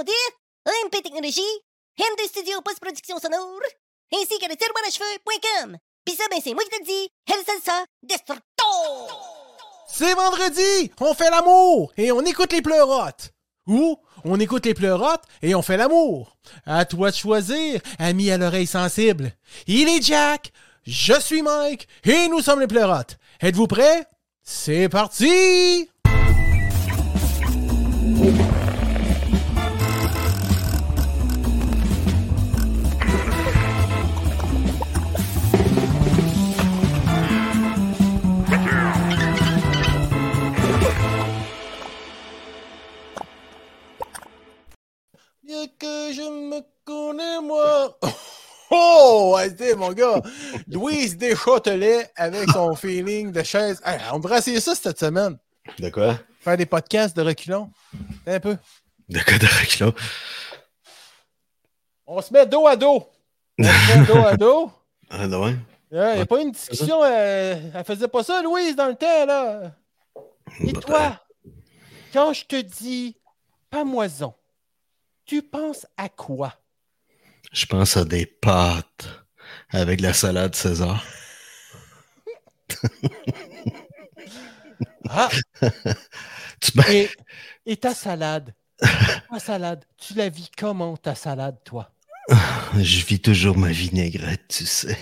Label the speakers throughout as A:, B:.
A: E, réfléchie, MD Studio Post-Production Sonore, ainsi que le tiroir à cheveux.com. Pis ça, ben c'est moi qui te le dis, El Salsa Destructo!
B: C'est vendredi, on fait l'amour et on écoute les pleurotes. Ou on écoute les pleurotes et on fait l'amour. À toi de choisir, ami à l'oreille sensible. Il est Jack, je suis Mike et nous sommes les pleurotes. Êtes-vous prêts? C'est parti! Bien que je me connais, moi. Oh, c'était mon gars. Louise Deschâtelet avec son feeling de chaise. Hey, on devrait essayer ça cette semaine.
C: De quoi?
B: Faire des podcasts de reculons. Attends Un peu.
C: De quoi de reculons?
B: On se met dos à dos. On se met dos à dos.
C: Ah, de ouais?
B: Il n'y a pas une discussion. euh, Elle, elle faisait pas ça, Louise, dans le temps, là. Et
C: Bah,
B: toi, quand je te dis pamoison, tu penses à quoi?
C: Je pense à des pâtes avec la salade César.
B: Ah,
C: Tu m'as-
B: et, et ta salade? Ta salade, tu la vis comment ta salade, toi?
C: Je vis toujours ma vinaigrette, tu sais.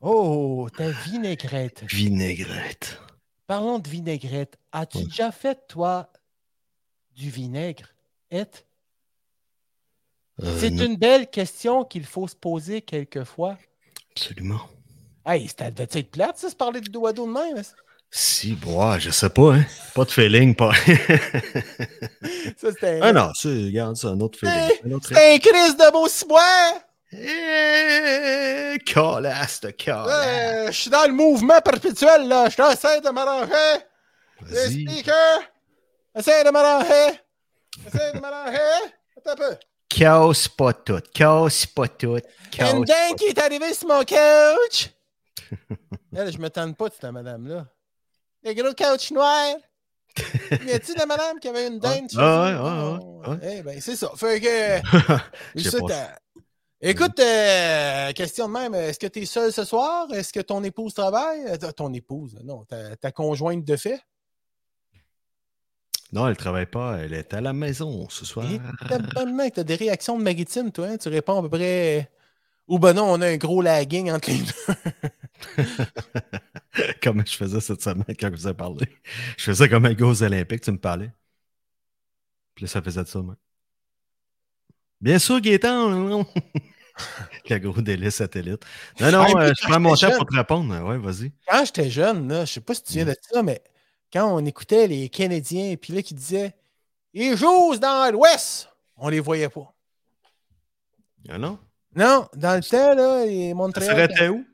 B: Oh, ta vinaigrette.
C: Vinaigrette.
B: Parlons de vinaigrette. As-tu
C: Ouais.
B: déjà fait, toi, du vinaigre? Ed?
C: Euh,
B: C'est
C: non,
B: une belle question qu'il faut se poser quelquefois.
C: Absolument.
B: Hey, c'était de être plate, ça, se parler de dos à dos de même.
C: Si, bois, je sais pas, hein. Pas de feeling, pas.
B: Ça, c'était
C: ah non, c'est, regarde, c'est un autre feeling.
B: Hey,
C: Un autre...
B: c'était un crise de beau ciboire!
C: Eh, colasse de colasse.
B: Ouais, Euh, je suis dans le mouvement perpétuel, là. Je essaie de m'arranger.
C: Eh,
B: Les
C: Vas-y.
B: speakers, essaie de m'arranger. Essaie de m'arranger. Attends un peu.
C: Casse pas tout. Casse pas tout. Casse
B: Une
C: pas
B: dingue qui est arrivée sur mon couch. Elle, je me tente pas de cette madame-là. Le gros couch noir. Y a-t-il la madame qui avait une dinde
C: Ouais,
B: chez
C: ouais,
B: elle?
C: ouais, ouais,
B: Non.
C: ouais.
B: Eh ben, c'est ça. Fait que.
C: Je
B: c'est
C: sais pas.
B: ta- Écoute, euh, question de même. Est-ce que tu es seul ce soir? Est-ce que ton épouse travaille? Euh, ta- Ton épouse, non, ta, ta conjointe de fait.
C: Non, elle travaille pas. Elle est à la maison ce soir.
B: Et Tabarnak, t'as des réactions de Maritime, toi. hein? Tu réponds à peu près. euh, Ou ben non, on a un gros lagging entre les deux.
C: comme je faisais cette semaine quand je vous ai parlé. Je faisais comme un gars aux Olympiques, tu me parlais. Puis là, ça faisait de ça, moi. Bien sûr, Gaétan, non, non. Le gros délai satellite. Non,
B: Ah,
C: non,
B: mais
C: euh,
B: quand
C: je prends mon
B: j'étais
C: temps
B: jeune-
C: pour te répondre. Ah Ouais, vas-y.
B: quand j'étais jeune, là, je sais pas si tu
C: Mm.
B: viens de ça, mais quand on écoutait les Canadiens, puis là, qui disaient Ils jouent dans l'Ouest, on les voyait pas.
C: Ah non?
B: Non, dans le temps, là, les
C: Ça
B: Montréal, quand,
C: s'arrêtait où?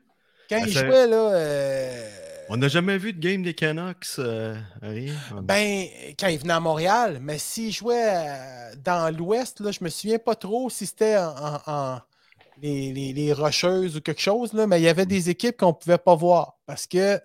B: quand ils
C: ça serait-
B: jouaient, là, euh,
C: On n'a jamais vu de game des Canucks. euh, rien.
B: ben, quand ils venaient à Montréal, mais s'ils jouaient euh, dans l'Ouest, là, je me souviens pas trop si c'était en, en- en- les, les- les Rocheuses ou quelque chose, là, mais il y avait des équipes qu'on pouvait pas voir parce que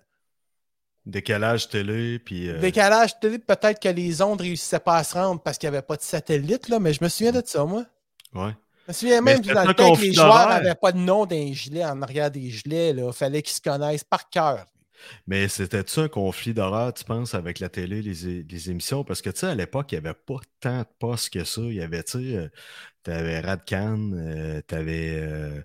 C: Décalage télé, puis... euh,
B: Décalage télé, peut-être que les ondes réussissaient pas à se rendre parce qu'il n'y avait pas de satellite, là, mais je me souviens de ça, moi.
C: Ouais.
B: Je me souviens
C: Mais
B: même
C: c'était
B: dans le
C: ça
B: temps
C: qu'on
B: que les
C: fit
B: joueurs
C: l'horaire.
B: n'avaient pas de nom d'un gilet en arrière des gilets. Il fallait qu'ils se connaissent par cœur.
C: Mais c'était ça un conflit d'horreur, tu penses, avec la télé, les, é- les émissions? Parce que, tu sais, à l'époque, il n'y avait pas tant de postes que ça. Il y avait, tu sais, euh, t'avais Radcan, euh, t'avais euh,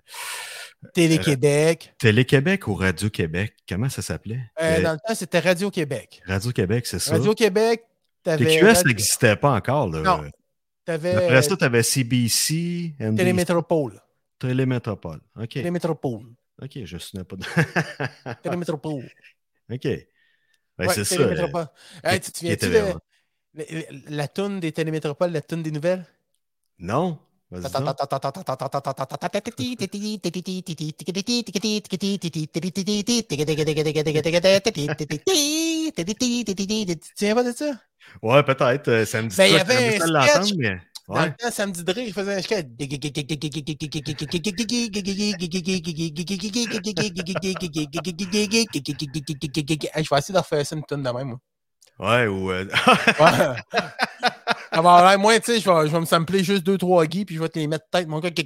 B: Télé-Québec.
C: Télé-Québec ou Radio-Québec. Comment ça s'appelait?
B: Euh,
C: Euh,
B: dans le temps, c'était Radio-Québec.
C: Radio-Québec, c'est ça.
B: Radio-Québec, t'avais.
C: TQS
B: Radio-
C: n'existait pas encore, là.
B: Non. euh, T'avais
C: Après ça, t'avais CBC, NBC,
B: Télémétropole.
C: Télémétropole. OK.
B: Télémétropole.
C: OK, je ne souviens pas de...
B: Télémétropole.
C: OK. Ben,
B: Ouais,
C: c'est ça. euh,
B: Télémétropole. Hey, tu te
C: il était
B: souviens-tu
C: vraiment-
B: de la- la la toune des Télémétropoles, la toune des nouvelles?
C: Non. Vas-y donc.
B: Tu tiens pas de ça?
C: Ouais, peut-être. euh, ça me dit
B: Ben, il y
C: quoi, je
B: avait
C: connais
B: un
C: ça de l'entendre,
B: sketch
C: mais-
B: Dans le
C: Ouais.
B: temps, Samedi Dré, il faisait un skate. Hey, Je vais essayer de refaire ça une tonne de même. moi.
C: Ouais, ou. euh,
B: Ouais. Ah bah, ouais, moi, tu sais, je vais, je vais me sampler juste deux, trois Guy, puis je vais te les mettre tête, mon gars.
C: ah, Non,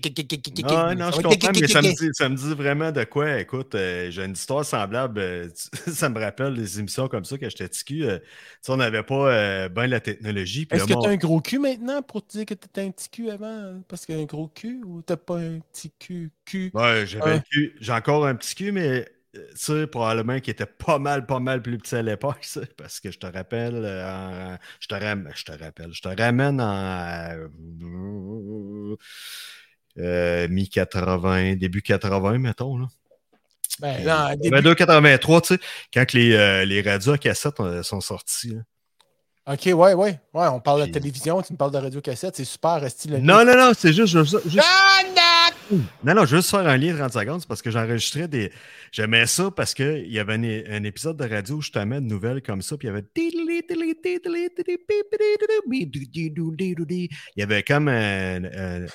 C: non, je comprends, mais ça me, dit, ça me dit vraiment de quoi. Écoute, euh, j'ai une histoire semblable. euh, tu- ça me rappelle des émissions comme ça quand j'étais petit cul. euh, tu sais, on n'avait pas euh, ben la technologie. puis
B: Est-ce que
C: là,
B: t'as
C: mon-
B: un gros cul maintenant pour te dire que t'étais un petit cul avant? hein, Parce qu'il y a un gros cul ou t'as pas un petit cul cul?
C: Ouais, j'avais
B: Ouais.
C: un cul- J'ai encore un petit cul, mais euh, tu sais, probablement qu'il était pas mal, pas mal plus petit à l'époque, ça, parce que je te rappelle, euh, en- je, te ram- je te rappelle, je te ramène en euh, mi-80, début 80, mettons, là.
B: Ben, là, en début-
C: 82, 83, tu sais, quand que les, euh, les radios à cassette euh, sont sortis. là.
B: Ok, ouais, ouais. Ouais, on parle de
C: Puis-
B: télévision, tu me parles de radio-cassette, c'est super, style.
C: Non, non, non, c'est juste, je veux ça- juste-
B: Ah,
C: Non, non, je veux juste faire un lien de 30 secondes c'est parce que j'enregistrais des. J'aimais ça parce qu'il y avait un, un épisode de radio où je t'amène de nouvelles comme ça, puis il y avait. Il y avait comme un. un-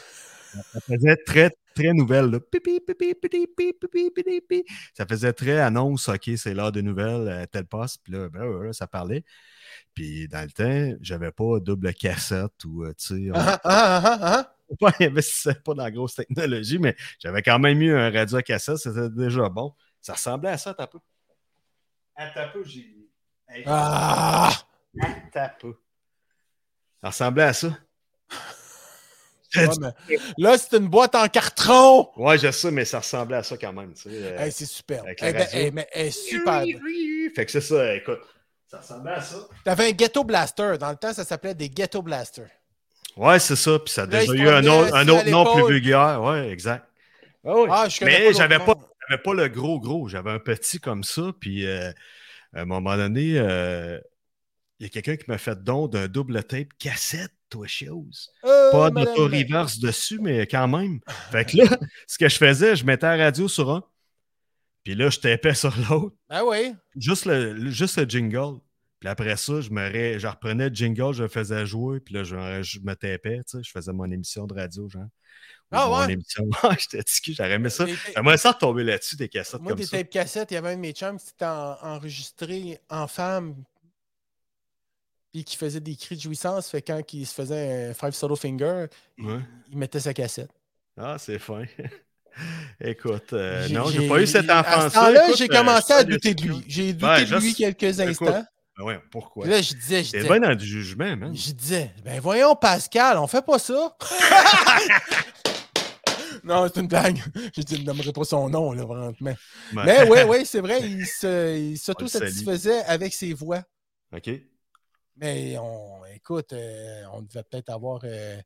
C: ça faisait très, très nouvelle. là. Ça faisait très annonce, OK, c'est l'heure de nouvelles, euh, tel poste, puis là, blablabla, ça parlait. Puis dans le temps, j'avais pas double cassette ou, euh, tu sais, on-
B: ah, ah, ah,
C: pas investissait pas dans la grosse technologie, mais j'avais quand même eu un radio à cassette, c'était déjà bon. Ça ressemblait à ça, t'as peu. À ta peu, j'ai. Hey,
B: ah. Ah!
C: à ta peu. Ça ressemblait à ça.
B: Ouais, mais là, c'est une boîte en carton.
C: Ouais, je sais, mais ça ressemblait à ça quand même. Tu sais, euh,
B: Hey, c'est superbe.
C: Avec la
B: Hey, ben,
C: radio.
B: hey, mais hey, superbe.
C: Fait que c'est ça, écoute. Ça ressemblait à ça.
B: T'avais un ghetto blaster. Dans le temps, ça s'appelait des ghetto blasters.
C: Ouais, Ben, c'est ça. Puis ça a
B: Là, il
C: déjà
B: se
C: eu un
B: promenait
C: autre, un
B: assis à
C: autre nom
B: l'épaule.
C: plus vulgaire. Ouais, exact. Ah oui.
B: Ah, je connais
C: Mais
B: pas d'autres
C: j'avais
B: noms.
C: pas- J'avais pas le gros gros, j'avais un petit comme ça. Puis euh, à un moment donné, euh, il y a quelqu'un qui m'a fait don d'un double tape cassette, toi chose.
B: Euh,
C: Pas
B: madame,
C: d'auto-reverse dessus, mais quand même. Fait que là, ce que je faisais, je mettais la radio sur un, puis là, je tapais sur l'autre.
B: Ben oui.
C: Juste le, le- juste le jingle. Puis après ça, je, me ré- je reprenais le jingle, je le faisais jouer, puis là, je, je me tapais, tu sais, je faisais mon émission de radio, genre. Ou
B: Ah
C: mon
B: ouais?
C: émission. Ouais, j'étais tiqué, j'aurais aimé ça.
B: Des-
C: J'aimerais ça tomber là-dessus, des cassettes
B: Moi,
C: comme
B: des
C: ça.
B: tapes cassettes, il y avait un de mes chums qui était en- enregistré en femme puis qui faisait des cris de jouissance. Fait quand il se faisait un five solo finger,
C: Ouais.
B: il mettait sa cassette.
C: Ah, c'est fin. Écoute, euh,
B: J'ai-
C: non, j'ai
B: j'ai-
C: pas eu cette
B: À
C: enfance-là.
B: ce temps-là,
C: Écoute,
B: j'ai
C: euh,
B: commencé
C: je
B: à
C: suis
B: douter de
C: déçu.
B: lui. J'ai douté
C: Ben,
B: de
C: je
B: lui
C: sais.
B: quelques
C: Écoute,
B: instants.
C: Ben ouais, Eh ben, pourquoi?
B: Puis Là, je disais, je
C: T'es
B: disais,
C: bien dans du jugement, man.
B: je disais, ben voyons Pascal, on fait pas ça. non, c'est une blague. Je dis, ne nommerai pas son nom, là, vraiment.
C: Ben,
B: Mais oui, oui, c'est vrai, il se- il
C: salue.
B: s'auto-satisfaisait avec ses voix.
C: OK.
B: Mais on, écoute, euh, on devait peut-être avoir. euh,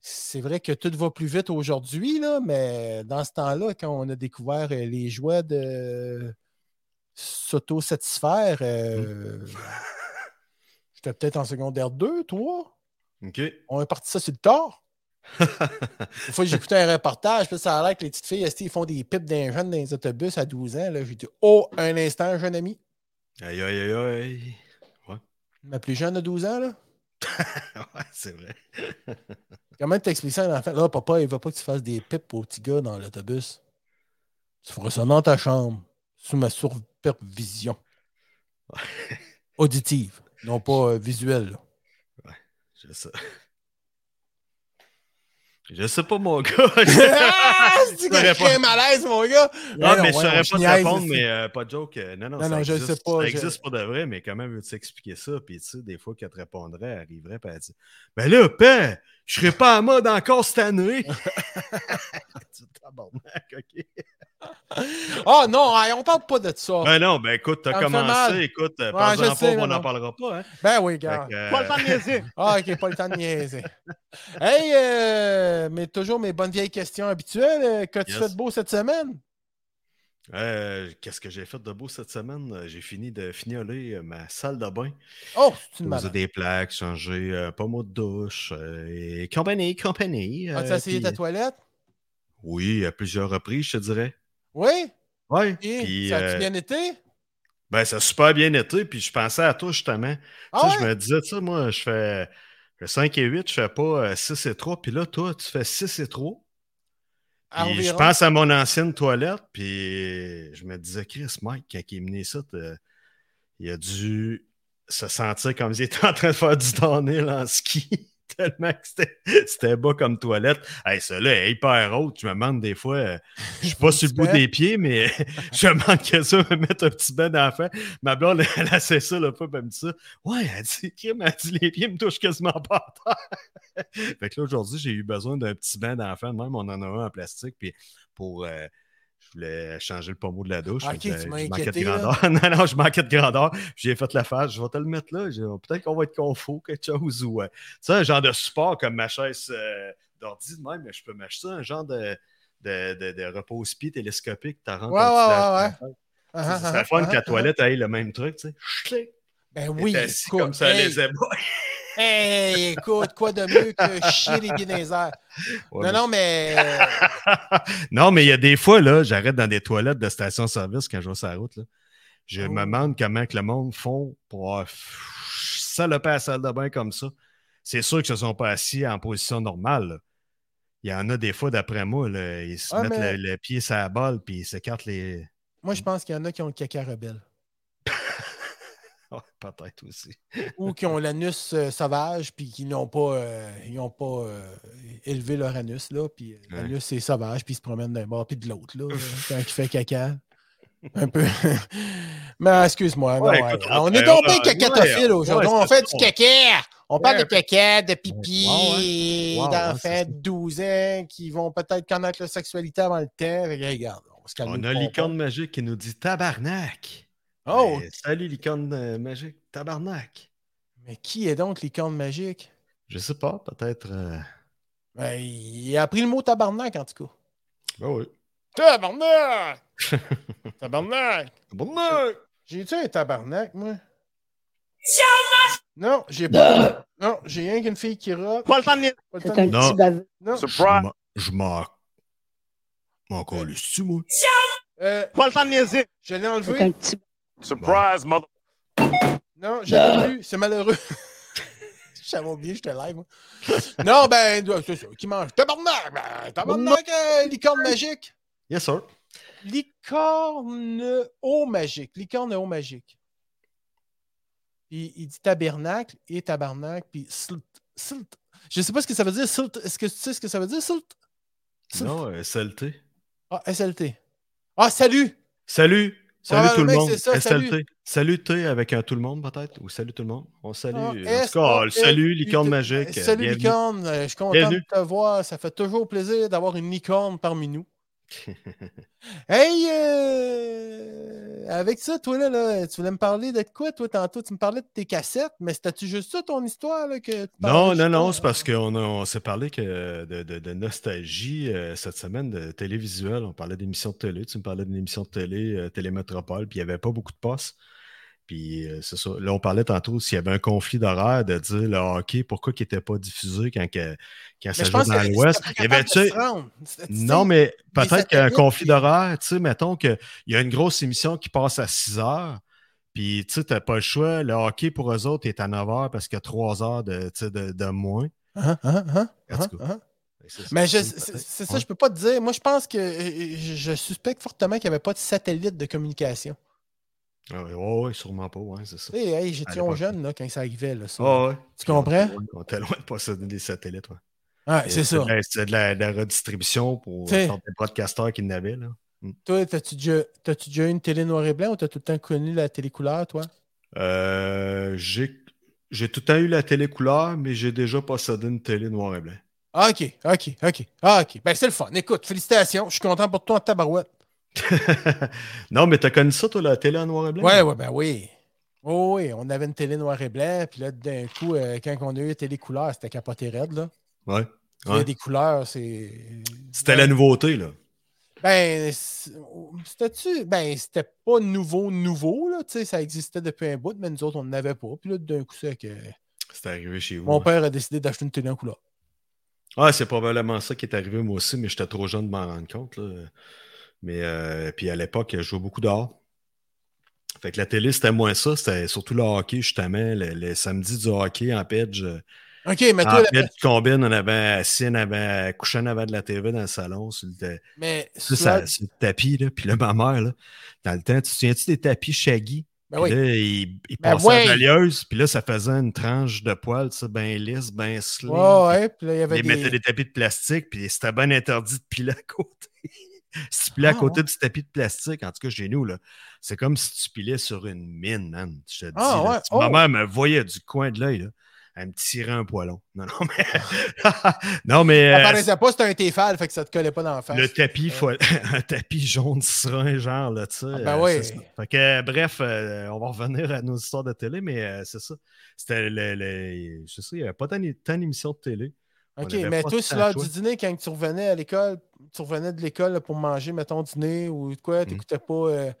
B: c'est vrai que tout va plus vite aujourd'hui, là, mais dans ce temps-là, quand on a découvert euh, les joies de euh, s'auto-satisfaire, euh, j'étais peut-être en secondaire 2, 3.
C: OK.
B: On est parti ça sur le tard. Une fois, j'écoutais un reportage, puis ça a l'air que les petites filles, esti, ils font des pipes d'un jeune dans les autobus à 12 ans. là. J'ai dit, oh, un instant, jeune ami.
C: aïe, aïe, aïe, aïe.
B: Ma plus jeune a 12 ans, là.
C: ouais, c'est vrai.
B: Comment t'expliques ça à un enfant? Là, papa, il veut pas que tu fasses des pipes aux petits gars dans l'autobus. Tu feras ça dans ta chambre, sous ma supervision. Auditive, non pas euh, visuelle. là.
C: Je sais. Je sais pas, mon gars. Ah, Je-
B: C'est-tu
C: saurais
B: que je
C: pas.
B: crée un malaise, mon gars!
C: Non, Ah, mais je
B: voyons,
C: saurais pas
B: je
C: te
B: niaise,
C: répondre,
B: c'est-
C: mais euh, pas de joke. euh, Non, non,
B: Non,
C: ça
B: non, je
C: existe,
B: sais pas,
C: Ça
B: je-
C: existe pour de vrai, mais comment veux-tu expliquer ça? Puis, tu sais, des fois, qu'elle te répondrait, elle arriverait, puis elle dit Ben là, père, je serais pas en mode encore cette année. tu tabarnak, OK.
B: Ah non, hey, on parle pas de ça.
C: Ben non, ben écoute, t'as
B: Ça me fait mal.
C: commencé, écoute, euh,
B: je
C: parle-en
B: sais,
C: pas, on
B: non,
C: n'en
B: non.
C: parlera pas. Hein.
B: Ben oui,
C: Fait
B: gars.
C: que, euh,
B: Ah, ok, pas le temps de niaiser. Hey, euh, mais toujours mes bonnes vieilles questions habituelles. euh, Qu'as-tu
C: Yes.
B: fait de beau cette semaine?
C: euh, Qu'est-ce que j'ai fait de beau cette semaine? Euh, J'ai fini de fignoler euh, ma salle de bain.
B: Oh, c'est une
C: Poser
B: malade.
C: des plaques, changer euh, pas mot de douche, euh, et compagnie, compagnie.
B: As-tu
C: euh,
B: essayé
C: puis-
B: ta toilette?
C: Oui, à plusieurs reprises, je te dirais.
B: Oui?
C: Oui.
B: Et
C: Puis,
B: ça a-tu
C: euh,
B: bien été?
C: ben, ça a super bien été. Puis, je pensais à toi, justement. Tu
B: Ah
C: sais,
B: ouais?
C: Je me disais, tu sais, moi, je fais, je fais 5 et 8, je fais pas 6 et 3. Puis là, toi, tu fais 6 et 3.
B: À
C: Puis je
B: environ.
C: pense à mon ancienne toilette, puis je me disais, Chris, Mike, quand il est mené ça, t'as- il a euh, dû se sentir comme s'il était en train de faire du downhill en ski. Tellement que c'était- c'était bas comme toilette. Hey, celle-là est hyper haute. Je me demande des fois, euh, je suis pas sur le bout des pieds, mais je me demande que ça me mette un petit bain d'enfant. Ma blonde, elle a fait ça, là, pas, elle me dit ça. Ouais, elle dit, crime, elle dit, les pieds me touchent quasiment pas à terre. fait que là, aujourd'hui, j'ai eu besoin d'un petit bain d'enfant. Même, on en a un en plastique. Puis pour. euh, je voulais changer le pommeau de la douche.
B: Ok,
C: fait que,
B: tu
C: euh,
B: m'as
C: je manquais
B: inquiété,
C: de
B: là.
C: grandeur. non, non, je manquais de grandeur. Puis J'ai fait la face. Je vais te le mettre là. J'ai- Peut-être qu'on va être confo, quelque chose. Ou, euh, tu sais, un genre de support comme ma chaise euh, d'ordi de même. mais Je peux m'acheter ça, un genre de, de, de, de repose-pied télescopique. T'as rentré
B: Ouais,
C: un petit
B: ouais,
C: dans-
B: ouais, ouais.
C: ça,
B: Ah,
C: ça
B: ah,
C: serait fun
B: ah,
C: que la
B: ah.
C: toilette aille le même truc, tu sais. Chut,
B: Ben oui,
C: t'es assis
B: écoute,
C: comme ça,
B: hey,
C: les ébats.
B: hey, écoute, quoi de mieux que chier les pieds dans les airs?
C: Ouais,
B: non, non, mais. euh,
C: non, mais il y a des fois, là, j'arrête dans des toilettes de station-service quand je vais sur la route. Là. Je
B: Oh.
C: me demande comment que le monde font pour avoir f- saloper la salle de bain comme ça. C'est sûr qu'ils ne se sont pas assis en position normale. là. Il y en a des fois, d'après moi, là, ils se
B: Ouais,
C: mettent
B: mais-
C: le, le pied sur la balle puis ils s'écartent les.
B: moi, je pense qu'il y en a qui ont le caca rebelle
C: Ouais, Peut-être aussi.
B: ou qui ont l'anus euh, sauvage puis qui n'ont pas, euh, ils ont pas euh, élevé leur anus. là, Puis euh,
C: Ouais.
B: l'anus, c'est sauvage puis ils se promènent d'un bord puis de l'autre là, euh, quand il fait caca. Un peu. mais excuse-moi. non,
C: Ouais,
B: ouais.
C: écoute,
B: on
C: on-
B: est
C: euh,
B: tombé
C: ouais,
B: cacatophile
C: ouais,
B: aujourd'hui.
C: ouais,
B: on
C: c'est
B: fait
C: ça.
B: du caca. On parle
C: Ouais,
B: de caca, de pipi,
C: Ouais, ouais, ouais,
B: d'enfants
C: c'est ça.
B: de 12 ans qui vont peut-être connaître leur sexualité avant le temps. Fait que, regarde, on va se calmer.
C: On
B: le
C: a
B: pompon.
C: l'icône magique qui nous dit tabarnak.
B: Oh,
C: Eh, salut, l'icône euh, magique, tabarnak.
B: mais qui est donc l'icône magique?
C: Je sais pas, peut-être. euh,
B: Ben, il a appris le mot tabarnak, en tout cas.
C: Ben oui.
B: Tabarnak! tabarnak!
C: Tabarnak!
B: J'ai-tu un tabarnak, moi? Non, j'ai pas. Non, j'ai rien qu'une fille qui rote.
D: Pas le temps de niaiser.
B: Pas le
D: C'est
B: temps
D: un
B: de-
C: Non.
D: petit baveux.
B: Non.
D: Surprise.
C: Je m'en. Encore le stu, moi.
B: Euh,
D: Pas le temps de niaiser.
B: je l'ai
D: C'est un
B: enlevé.
D: petit
C: Surprise,
E: mother.
B: Non, je l'ai plus. C'est malheureux. J'avais oublié, j'étais live, moi. Non, ben, c'est ça. Qui mange? Tabarnak! Ben, tabarnak, euh, licorne magique.
C: Yes, sir.
B: Licorne au magique. Licorne au magique. Puis il dit tabernacle et tabarnak. Puis slt, slt. Je sais pas ce que ça veut dire, slt. Est-ce que tu sais ce que ça veut dire, slt? Slt.
C: Non, euh, saleté.
B: Ah, SLT. Ah, salut!
C: Salut! Salut tout le
B: Probablement que
C: monde!
B: Ah, c'est ça,
C: Eh,
B: salut.
C: SLT. Salut, T avec un tout le monde, peut-être? Ou salut tout le monde? On salue.
B: Ah,
C: en tout
B: S-
C: cas, on le
B: A-
C: salue,
B: L-
C: licorne
B: U- T-
C: magique. euh,
B: Salut,
C: bienvenue.
B: licorne. Euh, Je suis content
C: Bienvenue.
B: de te voir. Ça fait toujours plaisir d'avoir une licorne parmi nous. Hey, euh, avec ça, toi, là, là, tu voulais me parler de quoi, toi, tantôt? Tu me parlais de tes cassettes, mais c'était-tu juste ça, ton histoire, là, que tu
C: Non,
B: parlais
C: non,
B: juste euh?
C: non,
B: là?
C: c'est parce qu'on a- on s'est parlé que de, de- de nostalgie euh, cette semaine de télévisuel. On parlait d'émissions de télé. Tu me parlais d'une émission de télé, euh, Télémétropole, puis il n'y avait pas beaucoup de postes. Puis euh, c'est ça. Là, on parlait tantôt s'il y avait un conflit d'horaire de dire le hockey, pourquoi il n'était pas diffusé quand, que- quand
B: Mais
C: ça
B: je
C: jouait
B: pense
C: dans
B: que
C: l'Ouest.
B: c'était pas
C: Il y
B: capable
C: avait,
B: de
C: tu sais,
B: se rendre. C'était- tu sais,
C: non, mais peut-être qu'il y a un
B: satellites,
C: conflit
B: puis-
C: d'horaire. Tu sais, mettons qu'il y a une grosse émission qui passe à 6 heures, puis tu sais, t'as pas le choix. Le hockey pour eux autres est à 9 heures parce qu'il y a 3 heures de, tu sais, de, de moins.
B: Hein, hein, hein,
C: En tout
B: hein,
C: cas,
B: hein.
C: Ben, c'est ça.
B: Mais je-
C: C'est-
B: c'est c'est ça,
C: Ouais.
B: je peux pas te dire. Moi, je pense que euh, je, je suspecte fortement qu'il n'y avait pas de satellite de communication.
C: Ah ouais, ouais, ouais, sûrement pas, ouais, c'est ça.
B: Tu sais, hey, j'étais
C: À l'époque.
B: jeune là, quand ça arrivait. Là, ça.
C: Ah ouais.
B: tu comprends?
C: On était loin de posséder des satellites. Ouais.
B: Ah, c'est ça.
C: de la- C'était de, la- de la redistribution pour
B: T'sais.
C: les broadcasters qui n'avaient. Là.
B: Toi, t'as-tu déjà, t'as-tu déjà eu une télé noir et blanc ou t'as tout le temps connu la télé couleur, toi?
C: Euh, j'ai j'ai tout le temps eu la télé couleur, mais j'ai déjà possédé une télé noir et blanc.
B: Ah, OK, OK, OK. Ah, OK. Ben, c'est le fun. Écoute, félicitations. Je suis content pour toi en tabarouette.
C: non, mais t'as connu ça, toi, la télé en noir et blanc?
B: Ouais, ouais, ben oui. Oh, oui, on avait une télé noir et blanc, puis là, d'un coup, euh, quand on a eu la télé couleur, c'était capoté raide, là.
C: Ouais.
B: Il y a
C: Ouais.
B: des couleurs, c'est.
C: C'était la nouveauté, là.
B: Ben, c'est- c'était-tu. Ben, c'était pas nouveau, nouveau, là. Tu sais, ça existait depuis un bout, mais nous autres, on n'avait pas. Puis là, d'un coup, c'est que.
C: C'était arrivé chez vous.
B: Mon
C: hein.
B: père a décidé d'acheter une télé en couleur.
C: Ah, c'est probablement ça qui est arrivé moi aussi, mais j'étais trop jeune de m'en rendre compte. là. Mais euh, puis à l'époque, je jouais beaucoup dehors. Fait que la télé, c'était moins ça, c'était surtout le hockey, justement, le, le samedi du hockey en page. euh,
B: OK, mais
C: En
B: Ben, toi, la-
C: page combine, on avait assis, on avait couché en avant de la TV dans le salon, sur le, ta-
B: mais
C: sur
B: ça,
C: sa- sur le tapis, là, puis là, ma mère, là, dans le temps, tu te souviens-tu des tapis Shaggy?
B: Ben
C: Puis
B: oui.
C: là, il, il
B: Ben
C: passait
B: oui.
C: la valieuse, puis là, ça faisait une tranche de poils, tu sais, ben lisse, ben slim.
B: Ouais, ouais. Puis là, il y
C: Ils
B: avait
C: mettaient
B: des.
C: des tapis de plastique, puis c'était bien interdit de piler à côté. si tu pilais à
B: Ah,
C: côté de ce tapis de plastique, en tout cas chez nous, là, c'est comme si tu pilais sur une mine, man. Je te dis,
B: Ah,
C: là.
B: ouais.
C: Si ma
B: Oh.
C: mère me voyait du coin de l'œil, là, elle me tirait un poilon. Non, non, mais. non, mais.
B: Ah. Ça
C: euh,
B: paraissait pas, c'était un Tefal, fait que ça te collait pas dans la face.
C: le tapis, fo- un tapis jaune serein, genre, là, tu sais.
B: Ah, ben
C: euh,
B: oui.
C: c'est ça. Fait que, euh, bref, euh, on va revenir à nos histoires de télé, mais euh, c'est ça. C'était le, le- Je sais, il n'y avait pas tant, tant d'émissions de télé. on
B: OK,
C: avait
B: mais
C: pas
B: toi,
C: tant
B: sur
C: le
B: l'heure
C: choix.
B: du dîner, quand tu revenais à l'école, tu revenais de l'école là, pour manger, mettons, dîner ou de
C: Hmm.
B: quoi, t'écoutais pas euh,